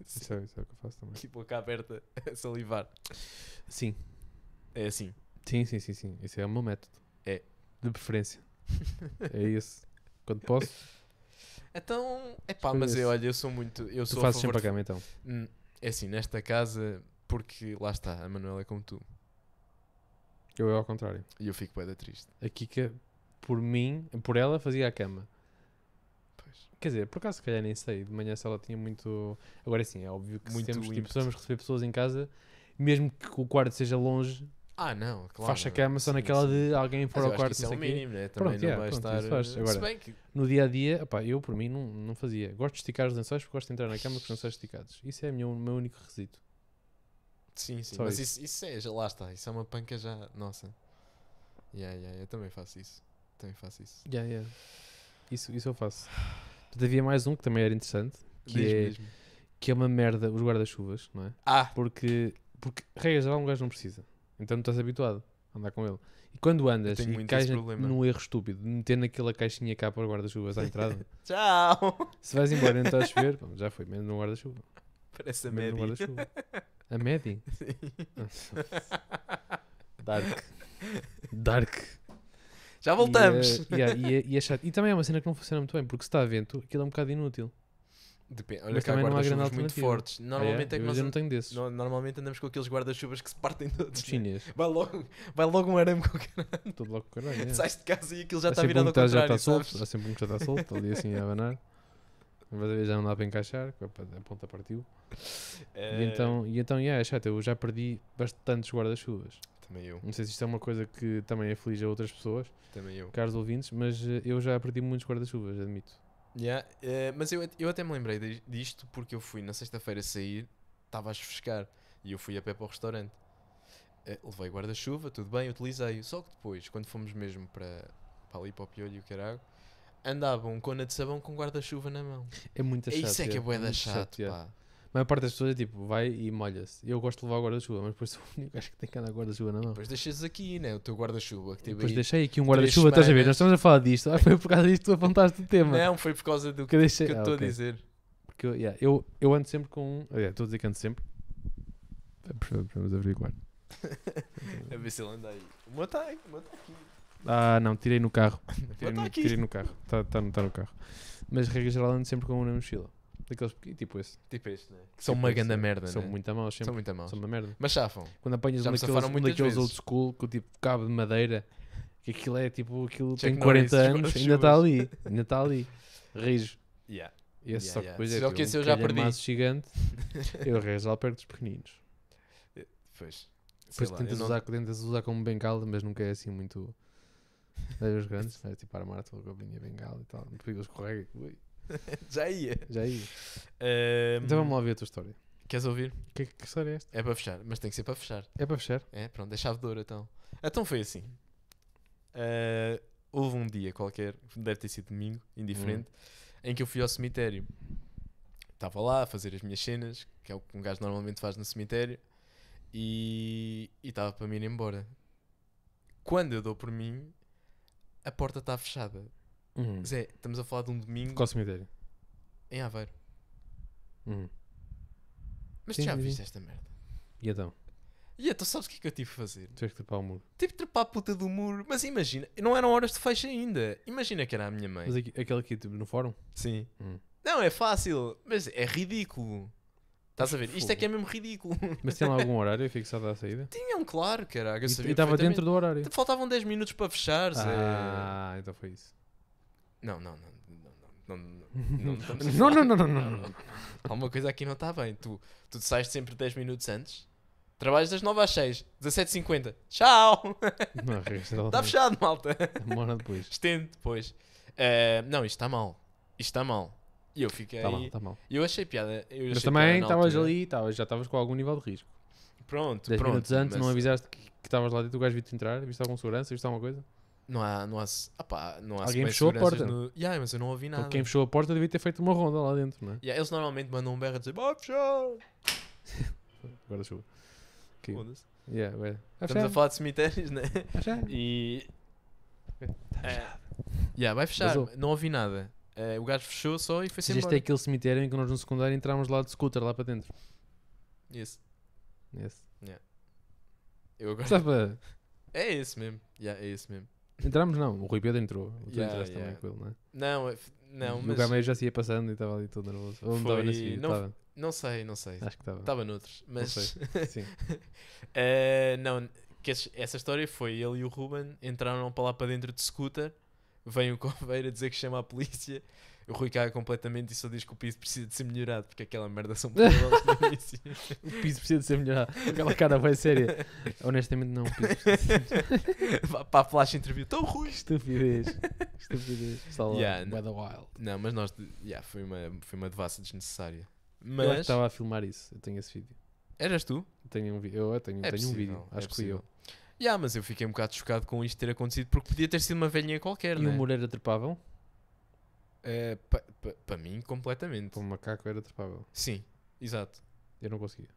Speaker 1: Isso é, isso é o que eu faço também.
Speaker 2: Tipo, boca aberta a salivar.
Speaker 1: Sim,
Speaker 2: É assim.
Speaker 1: sim, sim, sim, sim. Esse é o meu método.
Speaker 2: É.
Speaker 1: De preferência. É esse. Quando posso,
Speaker 2: Então, é pá,
Speaker 1: Escolha
Speaker 2: mas
Speaker 1: esse.
Speaker 2: eu, olha, eu sou muito. Eu
Speaker 1: tu
Speaker 2: sou a
Speaker 1: fazes sempre
Speaker 2: favor
Speaker 1: a cama então.
Speaker 2: Hum, É assim, nesta casa, porque lá está, a Manuela é como tu.
Speaker 1: Eu é ao contrário.
Speaker 2: E eu fico bué da triste.
Speaker 1: A Kika, por mim, por ela, fazia a cama.
Speaker 2: Pois.
Speaker 1: Quer dizer, por acaso, se calhar nem sei. De manhã, se ela tinha muito. Agora sim, é óbvio que se
Speaker 2: Muito
Speaker 1: temos, tipo,
Speaker 2: ímpeto.
Speaker 1: se vamos receber pessoas em casa, mesmo que o quarto seja longe,
Speaker 2: Ah, não, claro.
Speaker 1: faz a cama só
Speaker 2: Sim,
Speaker 1: naquela
Speaker 2: sim.
Speaker 1: de alguém
Speaker 2: Mas
Speaker 1: for
Speaker 2: eu
Speaker 1: ao
Speaker 2: acho que
Speaker 1: quarto.
Speaker 2: isso é
Speaker 1: Não
Speaker 2: o
Speaker 1: sei quê.
Speaker 2: mínimo, né? Também
Speaker 1: Pronto,
Speaker 2: não
Speaker 1: yeah,
Speaker 2: vai
Speaker 1: pronto,
Speaker 2: estar.
Speaker 1: isso faz.
Speaker 2: eh,
Speaker 1: Agora-
Speaker 2: Se bem que.
Speaker 1: No dia a dia, opá, eu por mim não, não fazia. Gosto de esticar os lençóis porque gosto de entrar na cama com os lençóis esticados. Isso é o meu, o meu único requisito.
Speaker 2: Sim, sim.
Speaker 1: Só
Speaker 2: mas isso, isso é, já- lá está, isso é uma panca já. Nossa. Yeah, yeah, eu também faço isso. Também faço isso.
Speaker 1: Yeah, yeah. Isso, isso eu faço. Portanto, havia mais um que também era interessante, Que
Speaker 2: Diz
Speaker 1: é-
Speaker 2: mesmo.
Speaker 1: que é uma merda os guarda-chuvas, não é?
Speaker 2: Ah,
Speaker 1: Porque, porque regra geral um gajo não precisa. Então não estás habituado a andar com ele. E quando andas
Speaker 2: tenho
Speaker 1: e
Speaker 2: muito
Speaker 1: cais
Speaker 2: esse
Speaker 1: na-
Speaker 2: problema.
Speaker 1: num erro estúpido de meter naquela caixinha cá para o guarda-chuvas à entrada,
Speaker 2: tchau!
Speaker 1: se vais embora e não estás a chover, pô, já foi, menos no guarda-chuva.
Speaker 2: Parece a
Speaker 1: Menos no
Speaker 2: média.
Speaker 1: guarda-chuva. A média? Ah, Dark. Dark.
Speaker 2: Já Ah,
Speaker 1: E,
Speaker 2: voltamos.
Speaker 1: é- yeah, e, é- e é chato. E também é uma cena que não funciona muito bem, porque se está a vento, aquilo é um bocado inútil.
Speaker 2: Depende. Olha
Speaker 1: Mas
Speaker 2: que há
Speaker 1: também não há
Speaker 2: guarda-chuvas
Speaker 1: grande
Speaker 2: muito
Speaker 1: alternativa.
Speaker 2: fortes. Normalmente
Speaker 1: Ah,
Speaker 2: é que
Speaker 1: Eu
Speaker 2: nós
Speaker 1: já não tenho desses.
Speaker 2: no- normalmente andamos com aqueles guarda-chuvas que se partem
Speaker 1: Dos
Speaker 2: todos. né?
Speaker 1: chineses.
Speaker 2: Vai logo, vai logo um arame com o cara.
Speaker 1: Todo logo com o caralho. é.
Speaker 2: Sais de casa e aquilo já
Speaker 1: Há
Speaker 2: está
Speaker 1: sempre um
Speaker 2: virado
Speaker 1: que
Speaker 2: ao
Speaker 1: tá-
Speaker 2: contrário,
Speaker 1: já está
Speaker 2: sabes?
Speaker 1: solto. Há sempre um que já está solto, ali assim a abanar. Mas a ver já não dá para encaixar, que a pa- a ponta partiu. E
Speaker 2: É,
Speaker 1: então, e então yeah, é chato, eu já perdi bastantes guarda-chuvas.
Speaker 2: Também eu,
Speaker 1: Não sei se isto é uma coisa que também aflige a outras pessoas,
Speaker 2: também eu.
Speaker 1: caros ouvintes, mas eh, eu já perdi muitos guarda-chuvas, admito.
Speaker 2: Yeah, eh, mas eu, eu até me lembrei di- disto porque eu fui na sexta-feira sair, estava a chufiscar e eu fui a pé para o restaurante. Eh, levei guarda-chuva, tudo bem, utilizei. Só que depois, quando fomos mesmo para, para ali, para o Piolho e o Carago, andava um cona de sabão com guarda-chuva na mão.
Speaker 1: É muito
Speaker 2: É
Speaker 1: chato.
Speaker 2: isso é que é
Speaker 1: yeah,
Speaker 2: bué da
Speaker 1: muito
Speaker 2: chato,
Speaker 1: yeah.
Speaker 2: pá.
Speaker 1: A maior parte das pessoas é tipo, vai e molha-se. Eu gosto de levar guarda-chuva, mas depois sou o único gajo que tem que andar com guarda-chuva na mão.
Speaker 2: Depois deixas aqui, né? O teu guarda-chuva que teve
Speaker 1: Depois
Speaker 2: aí.
Speaker 1: deixei aqui um
Speaker 2: três
Speaker 1: guarda-chuva, estás a ver?
Speaker 2: semanas.
Speaker 1: Nós estamos a falar disto. Ah, foi por causa disto que tu apontaste o tema.
Speaker 2: Não, foi por causa do que,
Speaker 1: Porque eu deixei.
Speaker 2: que eu
Speaker 1: ah,
Speaker 2: estou
Speaker 1: ok.
Speaker 2: a dizer.
Speaker 1: Porque eu, yeah, eu, eu ando sempre com. um- Aliás, estou a dizer que ando sempre. Espera, Por favor, vamos averiguar.
Speaker 2: A ver se ele anda aí. O meu está aí, o meu está aqui.
Speaker 1: Ah, não, tirei no carro.
Speaker 2: Mas
Speaker 1: Tirei
Speaker 2: tá
Speaker 1: no,
Speaker 2: aqui.
Speaker 1: tirei no carro. Está tá, no- tá no carro. Mas regra geral ando sempre com um na mochila. Daqueles pequenos, tipo esse.
Speaker 2: Tipo este, né? Que são
Speaker 1: Tipo
Speaker 2: uma
Speaker 1: esse,
Speaker 2: ganda
Speaker 1: né?
Speaker 2: merda,
Speaker 1: São
Speaker 2: né?
Speaker 1: muito a maus,
Speaker 2: São
Speaker 1: sempre.
Speaker 2: muito a mão.
Speaker 1: São uma merda.
Speaker 2: Mas chafam.
Speaker 1: Quando apanhas
Speaker 2: Já
Speaker 1: um
Speaker 2: me
Speaker 1: daqueles,
Speaker 2: safaram
Speaker 1: um
Speaker 2: muitas
Speaker 1: daqueles old
Speaker 2: vezes.
Speaker 1: school que o tipo cabo de madeira, que aquilo é tipo, aquilo
Speaker 2: Chuck
Speaker 1: tem 40
Speaker 2: Norris,
Speaker 1: anos,
Speaker 2: guarda-chuvas.
Speaker 1: ainda está ali, ainda está ali, rijo.
Speaker 2: Yeah.
Speaker 1: Esse
Speaker 2: Yeah,
Speaker 1: só que
Speaker 2: yeah.
Speaker 1: depois
Speaker 2: Só
Speaker 1: é
Speaker 2: que
Speaker 1: tipo,
Speaker 2: esse
Speaker 1: um
Speaker 2: eu já perdi.
Speaker 1: calhamaço gigante, eu rezo lá perto dos pequeninos.
Speaker 2: Pois. Sei
Speaker 1: Depois
Speaker 2: lá, eu
Speaker 1: tentas,
Speaker 2: não-
Speaker 1: usar, tentas usar como bengala, mas nunca é assim muito. Daí os grandes, faz tipo armar logo a minha bengala e tal. Depois eles corregem, ui,
Speaker 2: Já ia.
Speaker 1: já ia.
Speaker 2: Ahm,
Speaker 1: Então vamos lá ver a tua história.
Speaker 2: Queres ouvir?
Speaker 1: Que, que história é esta?
Speaker 2: É para fechar, mas tem que ser para fechar.
Speaker 1: É para fechar?
Speaker 2: É, pronto, é chave de ouro então. Então foi assim. Ah, houve um dia qualquer, deve ter sido domingo, indiferente, em que eu fui ao cemitério. Estava lá a fazer as minhas cenas, que é o que um gajo normalmente faz no cemitério, e e estava para me ir embora. Quando eu dou por mim, a porta está fechada.
Speaker 1: Hum.
Speaker 2: Zé, estamos a falar de um domingo
Speaker 1: Qual cemitério?
Speaker 2: em Aveiro.
Speaker 1: Hum.
Speaker 2: Mas
Speaker 1: Sim,
Speaker 2: tu já
Speaker 1: sim, sim.
Speaker 2: viste esta merda.
Speaker 1: E então?
Speaker 2: E então sabes o que é que eu tive que fazer?
Speaker 1: Tu és que tapar o muro.
Speaker 2: Tive de trepar a puta do muro. Mas imagina, não eram horas de fecho ainda. Imagina que era a minha mãe.
Speaker 1: Mas aqui, aquele aqui, tipo, no fórum?
Speaker 2: Sim.
Speaker 1: Hum.
Speaker 2: Não, é fácil, mas é ridículo. Estás a ver? Isto é
Speaker 1: fogo.
Speaker 2: que é mesmo ridículo.
Speaker 1: Mas tem lá algum horário É fixado à saída?
Speaker 2: Tinham, claro, caralho. Eu
Speaker 1: E- e
Speaker 2: sabia
Speaker 1: estava
Speaker 2: perfeitamente. Então,
Speaker 1: dentro do horário.
Speaker 2: Faltavam 10 minutos para fechar. Zé. eh,
Speaker 1: Ah, então foi isso.
Speaker 2: Não, não, não. Não, não, não, não, estamos a
Speaker 1: Não, não,
Speaker 2: falar-
Speaker 1: não, não, não, não, não.
Speaker 2: Alguma coisa aqui não está bem. Tu, tu sais sempre 10 minutos antes. Trabalhas das 9 às 6, 17h50. Tchau!
Speaker 1: Não, registra
Speaker 2: Está Tá fechado, malta.
Speaker 1: Uma hora depois.
Speaker 2: Estende depois. Ah, não, isto está mal. Isto está mal. E eu fiquei.
Speaker 1: Está Tá mal, está mal.
Speaker 2: Eu achei piada. Eu
Speaker 1: Mas
Speaker 2: achei
Speaker 1: também
Speaker 2: piada na
Speaker 1: estavas
Speaker 2: altura.
Speaker 1: ali, estavas- já estavas com algum nível de risco.
Speaker 2: Pronto,
Speaker 1: 10
Speaker 2: pronto.
Speaker 1: minutos antes, não
Speaker 2: mas
Speaker 1: avisaste que que estavas lá dentro, o gajo viu-te entrar, viste alguma segurança, viste alguma coisa? Então,
Speaker 2: Não há. Não há, se- ah pá, não há
Speaker 1: Alguém
Speaker 2: sequer
Speaker 1: fechou a
Speaker 2: seguranças
Speaker 1: porta?
Speaker 2: No... Yeah, mas eu não ouvi nada.
Speaker 1: Porque quem fechou a porta devia ter feito uma ronda lá dentro, não é?
Speaker 2: Yeah, eles normalmente mandam um berro a dizer: Vai fechar!
Speaker 1: Guarda-chuva. Que-
Speaker 2: Foda-se.
Speaker 1: Yeah, ué. Vai
Speaker 2: Estamos a
Speaker 1: fechar,
Speaker 2: falar de cemitérios, né?
Speaker 1: vai fechar.
Speaker 2: E. Ah, yeah, vai fechar.
Speaker 1: Tá Vazou.
Speaker 2: Não ouvi nada. Ah, o gajo fechou só e foi-se
Speaker 1: Mas Este é
Speaker 2: embora.
Speaker 1: aquele cemitério em que nós no secundário entrámos lá de scooter, lá para dentro.
Speaker 2: Esse.
Speaker 1: Esse.
Speaker 2: Eu agora...
Speaker 1: Só para-
Speaker 2: É esse mesmo. Yeah, é esse mesmo.
Speaker 1: Entramos não, o Rui Pedro entrou. Tu
Speaker 2: Yeah,
Speaker 1: entraste
Speaker 2: yeah.
Speaker 1: também com ele, não é?
Speaker 2: Não, é- não,
Speaker 1: E O
Speaker 2: mas.
Speaker 1: Gameiro já se ia passando e estava ali todo nervoso. Ou não estava
Speaker 2: Foi-
Speaker 1: nesse vídeo,
Speaker 2: não-
Speaker 1: estava.
Speaker 2: Não sei, não sei.
Speaker 1: Acho que estava.
Speaker 2: Estava noutros. Mas.
Speaker 1: Sim.
Speaker 2: Eh, não, que es- essa história foi ele e o Ruben entraram para lá para dentro de scooter. Vem o coveiro a dizer que chama a polícia. O Rui caga completamente e só diz que o piso precisa de ser melhorado porque aquela merda são problemas no início.
Speaker 1: O piso precisa de ser melhorado. Aquela cara vai séria. Honestamente não, o piso é precisa de ser melhorado.
Speaker 2: Vá para a flash interview, Então, tão ruim.
Speaker 1: Estupidez. Estupidez. Pessoal,
Speaker 2: Yeah,
Speaker 1: yeah,
Speaker 2: não.
Speaker 1: by the wild.
Speaker 2: Não, mas nós. de- Yeah, foi, uma, foi uma devassa desnecessária.
Speaker 1: Eu acho que
Speaker 2: Mas.
Speaker 1: estava a filmar isso. Eu tenho esse vídeo.
Speaker 2: Eras tu?
Speaker 1: Eu tenho um, vi- eu tenho,
Speaker 2: É
Speaker 1: tenho um vídeo. Acho que fui eu.
Speaker 2: Yeah, mas eu fiquei um bocado chocado com isto ter acontecido porque podia ter sido uma velhinha qualquer,
Speaker 1: E o
Speaker 2: né?
Speaker 1: Moreira trepavam?
Speaker 2: Eh, pa- pa- Para mim, completamente.
Speaker 1: Para o macaco era trepável.
Speaker 2: Sim, exato.
Speaker 1: Eu não conseguia.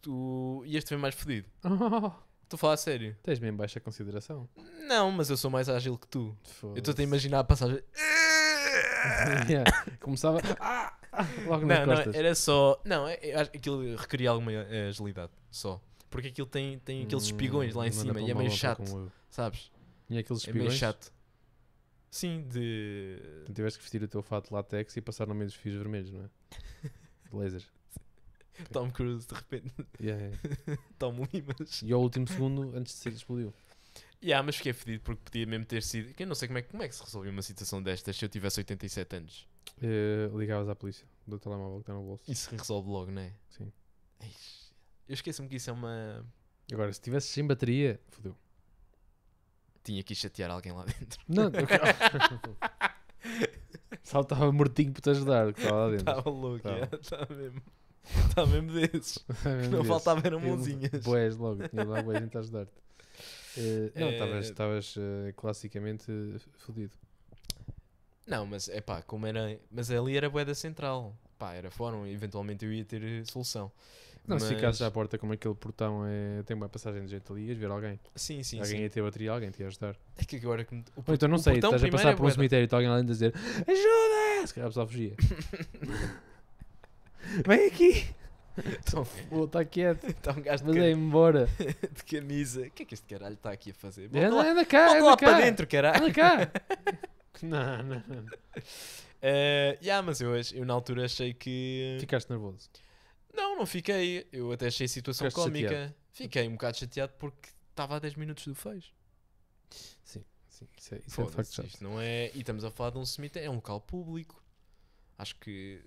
Speaker 2: Tu ias-te ver mais fodido.
Speaker 1: Oh,
Speaker 2: Estou a falar a sério.
Speaker 1: tens mesmo baixa consideração.
Speaker 2: Não, mas eu sou mais ágil que tu. Eu estou-te a
Speaker 1: Foda-se.
Speaker 2: imaginar a passagem.
Speaker 1: Yeah. Começava ah, ah, logo nas
Speaker 2: não, não,
Speaker 1: costas.
Speaker 2: era só. Não, é- eu acho que aquilo requeria alguma eh, agilidade. Só. Porque aquilo tem, tem aqueles
Speaker 1: Hum,
Speaker 2: espigões lá em
Speaker 1: manda
Speaker 2: cima
Speaker 1: para
Speaker 2: e é
Speaker 1: uma
Speaker 2: meio
Speaker 1: malta
Speaker 2: chato,
Speaker 1: assim como eu.
Speaker 2: sabes?
Speaker 1: E aqueles
Speaker 2: É
Speaker 1: espigões.
Speaker 2: meio chato. Sim, de.
Speaker 1: Tu tiveste que vestir o teu fato de látex e passar no meio dos fios vermelhos, não é? De Laser.
Speaker 2: Tom Cruise, de repente,
Speaker 1: Yeah, yeah.
Speaker 2: Tom Limas.
Speaker 1: E ao último segundo, antes de ser, explodiu.
Speaker 2: Yeah, mas fiquei fedido porque podia mesmo ter sido. que Eu não sei como é, que- como é que se resolveu uma situação destas se eu tivesse 87 anos.
Speaker 1: Eh, ligavas à polícia do telemóvel que está no bolso.
Speaker 2: Isso resolve logo, não é?
Speaker 1: Sim.
Speaker 2: Eish. Eu esqueço-me que isso é uma.
Speaker 1: Agora, se tivesses sem bateria, fodeu.
Speaker 2: Tinha que ir chatear alguém lá dentro.
Speaker 1: Não, Só estava mortinho por te ajudar, que estava lá dentro.
Speaker 2: Estava louco,
Speaker 1: Tava.
Speaker 2: yeah, estava mesmo. Estava mesmo desses. Não faltava eram mãozinhas.
Speaker 1: Boés logo, tinha lá boés a ajudar-te. Eh, não,
Speaker 2: Eh,
Speaker 1: estavas estavas, eh, classicamente eh, fodido.
Speaker 2: Não, mas é pá, como era. Mas ali era boeda central. Pá, era fórum, eventualmente eu ia ter eh, solução.
Speaker 1: Não, se
Speaker 2: Mas-
Speaker 1: ficasses à porta como aquele portão é, tem uma passagem de jeito ali, ias ver alguém.
Speaker 2: Sim, sim,
Speaker 1: alguém
Speaker 2: sim.
Speaker 1: ia ter bateria, alguém te ia ajudar.
Speaker 2: É que agora que me- o
Speaker 1: Ou
Speaker 2: por-
Speaker 1: então não
Speaker 2: o
Speaker 1: sei,
Speaker 2: portão
Speaker 1: estás a
Speaker 2: primeiro
Speaker 1: passar
Speaker 2: é
Speaker 1: por um
Speaker 2: bué da-
Speaker 1: cemitério e está alguém lá dentro a dizer Ajuda! Se calhar a pessoa fugia. Vem aqui!
Speaker 2: Então,
Speaker 1: Pô, está quieto,
Speaker 2: então um gajo de,
Speaker 1: mandei-me embora.
Speaker 2: ca- de camisa. O que é que este caralho está aqui a fazer? Volta
Speaker 1: Anda,
Speaker 2: lá,
Speaker 1: anda cá,
Speaker 2: volta lá
Speaker 1: anda
Speaker 2: para
Speaker 1: cá!
Speaker 2: dentro, caralho.
Speaker 1: Anda cá! Não, não, não.
Speaker 2: Eh, yeah, mas eu, ach- eu na altura achei que. eh,
Speaker 1: Ficaste nervoso.
Speaker 2: Não, não fiquei. Eu até achei a situação
Speaker 1: Ficaste
Speaker 2: cómica. Fiquei um bocado chateado porque estava a 10 minutos do fecho.
Speaker 1: Sim, isso é, isso é de facto
Speaker 2: Foda-se,
Speaker 1: chato.
Speaker 2: isto não é. E estamos a falar de um cemitério, é um local público. Acho que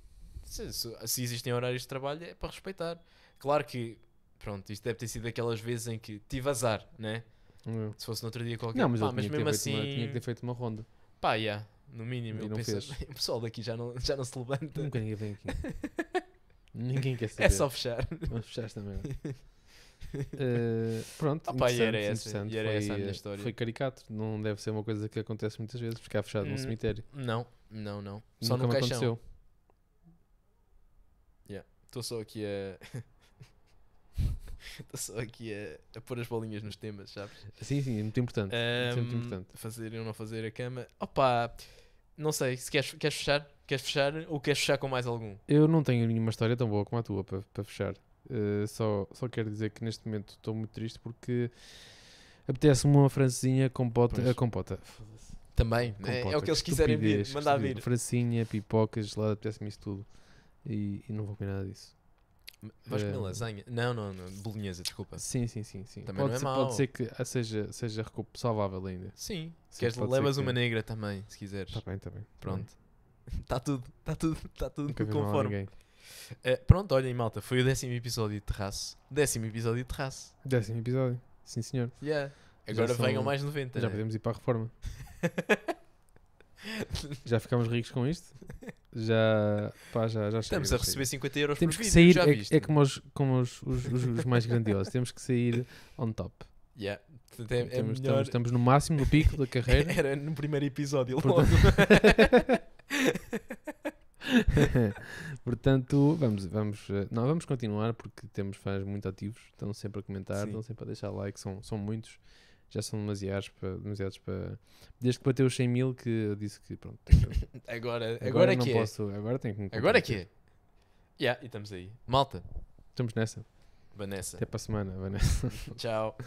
Speaker 2: se, se- se existem horários de trabalho é para respeitar. Claro que, pronto, isto deve ter sido daquelas vezes em que tive azar, né?
Speaker 1: Não,
Speaker 2: Se fosse no outro dia qualquer.
Speaker 1: mas
Speaker 2: Pá,
Speaker 1: ele tinha, que
Speaker 2: mesmo
Speaker 1: ter feito
Speaker 2: assim.
Speaker 1: uma, tinha que ter feito uma ronda.
Speaker 2: Pá, yeah, no mínimo.
Speaker 1: E
Speaker 2: Eu
Speaker 1: não
Speaker 2: penso,
Speaker 1: fez.
Speaker 2: o pessoal daqui já não, já não se levanta.
Speaker 1: Nunca ninguém vem aqui. ninguém quer saber.
Speaker 2: é só fechar.
Speaker 1: Vamos fechar esta merda. Eh, pronto,
Speaker 2: Ah pá, e era
Speaker 1: interessante,
Speaker 2: essa-
Speaker 1: interessante.
Speaker 2: e era
Speaker 1: foi,
Speaker 2: essa a minha
Speaker 1: eh,
Speaker 2: história.
Speaker 1: Foi caricato, não deve ser uma coisa que acontece muitas vezes, ficar fechado num
Speaker 2: Hum,
Speaker 1: cemitério.
Speaker 2: Não, não, não. Só
Speaker 1: Nunca
Speaker 2: no
Speaker 1: me
Speaker 2: caixão.
Speaker 1: aconteceu.
Speaker 2: Estou só aqui a. Estou só aqui a, a pôr as bolinhas nos temas, sabes?
Speaker 1: Sim, sim, é muito importante. é muito
Speaker 2: Ahm,
Speaker 1: importante.
Speaker 2: Fazer ou não fazer a cama. Opa, não sei, se queres, queres fechar? Queres fechar ou queres fechar com mais algum?
Speaker 1: Eu não tenho nenhuma história tão boa como a tua para, para fechar. Eh, só, só quero dizer que neste momento estou muito triste porque apetece-me uma francesinha eh, compota.
Speaker 2: Pois.
Speaker 1: A compota.
Speaker 2: Também, é,
Speaker 1: compota,
Speaker 2: é o que eles quiserem vir,
Speaker 1: estupidez,
Speaker 2: mandar
Speaker 1: estupidez.
Speaker 2: vir.
Speaker 1: Francinha, pipocas, gelada, apetece-me isso tudo. E, e não vou comer nada disso.
Speaker 2: Vais comer
Speaker 1: Eh,
Speaker 2: lasanha? Não, não, não, bolinhesa, desculpa.
Speaker 1: Sim, sim, sim. sim.
Speaker 2: Também
Speaker 1: pode,
Speaker 2: não é
Speaker 1: ser,
Speaker 2: mau.
Speaker 1: pode ser que ah, seja, seja recu- salvável ainda.
Speaker 2: Sim,
Speaker 1: Sim,
Speaker 2: queres,
Speaker 1: pode ser
Speaker 2: levas
Speaker 1: que-
Speaker 2: uma negra também, se quiseres.
Speaker 1: Está bem, está bem. tá bem.
Speaker 2: Pronto. Está tudo, está tudo, está tudo
Speaker 1: Nunca vi mal a
Speaker 2: conforme.
Speaker 1: ninguém.
Speaker 2: Eh, pronto, olhem, malta, foi o décimo episódio de terraço. Décimo episódio de terraço.
Speaker 1: Décimo episódio. Sim, senhor.
Speaker 2: Yeah.
Speaker 1: Já
Speaker 2: Agora
Speaker 1: são-
Speaker 2: venham mais 90.
Speaker 1: Já
Speaker 2: né?
Speaker 1: podemos ir para a reforma. já ficámos ricos com isto? Já. Pá, já, já chega,
Speaker 2: Estamos
Speaker 1: já
Speaker 2: a receber
Speaker 1: chega.
Speaker 2: 50 euros
Speaker 1: Temos
Speaker 2: por
Speaker 1: que
Speaker 2: vídeo,
Speaker 1: sair,
Speaker 2: já
Speaker 1: é,
Speaker 2: viste?
Speaker 1: é como os, como os, os, os- os mais grandiosos. Temos que sair on top.
Speaker 2: Yeah. Portanto, é- é
Speaker 1: Temos-
Speaker 2: melhor-
Speaker 1: estamos, estamos no máximo do pico da carreira.
Speaker 2: Era no primeiro episódio logo.
Speaker 1: Portanto- Portanto, vamos, vamos, eh, não, vamos continuar porque temos fãs muito ativos, estão sempre a comentar,
Speaker 2: Sim.
Speaker 1: estão sempre a deixar like, são, são muitos, já são demasiados para, demasiados para. Desde que bateu os 100 mil, que eu disse que pronto, tenho que-
Speaker 2: Agora, agora, é
Speaker 1: não
Speaker 2: que
Speaker 1: posso, agora tenho que me
Speaker 2: é. Agora é que
Speaker 1: comprometer.
Speaker 2: é. Yeah, e estamos aí. Malta,
Speaker 1: Estamos nessa,
Speaker 2: Vanessa,
Speaker 1: até para a semana, Vanessa.
Speaker 2: tchau.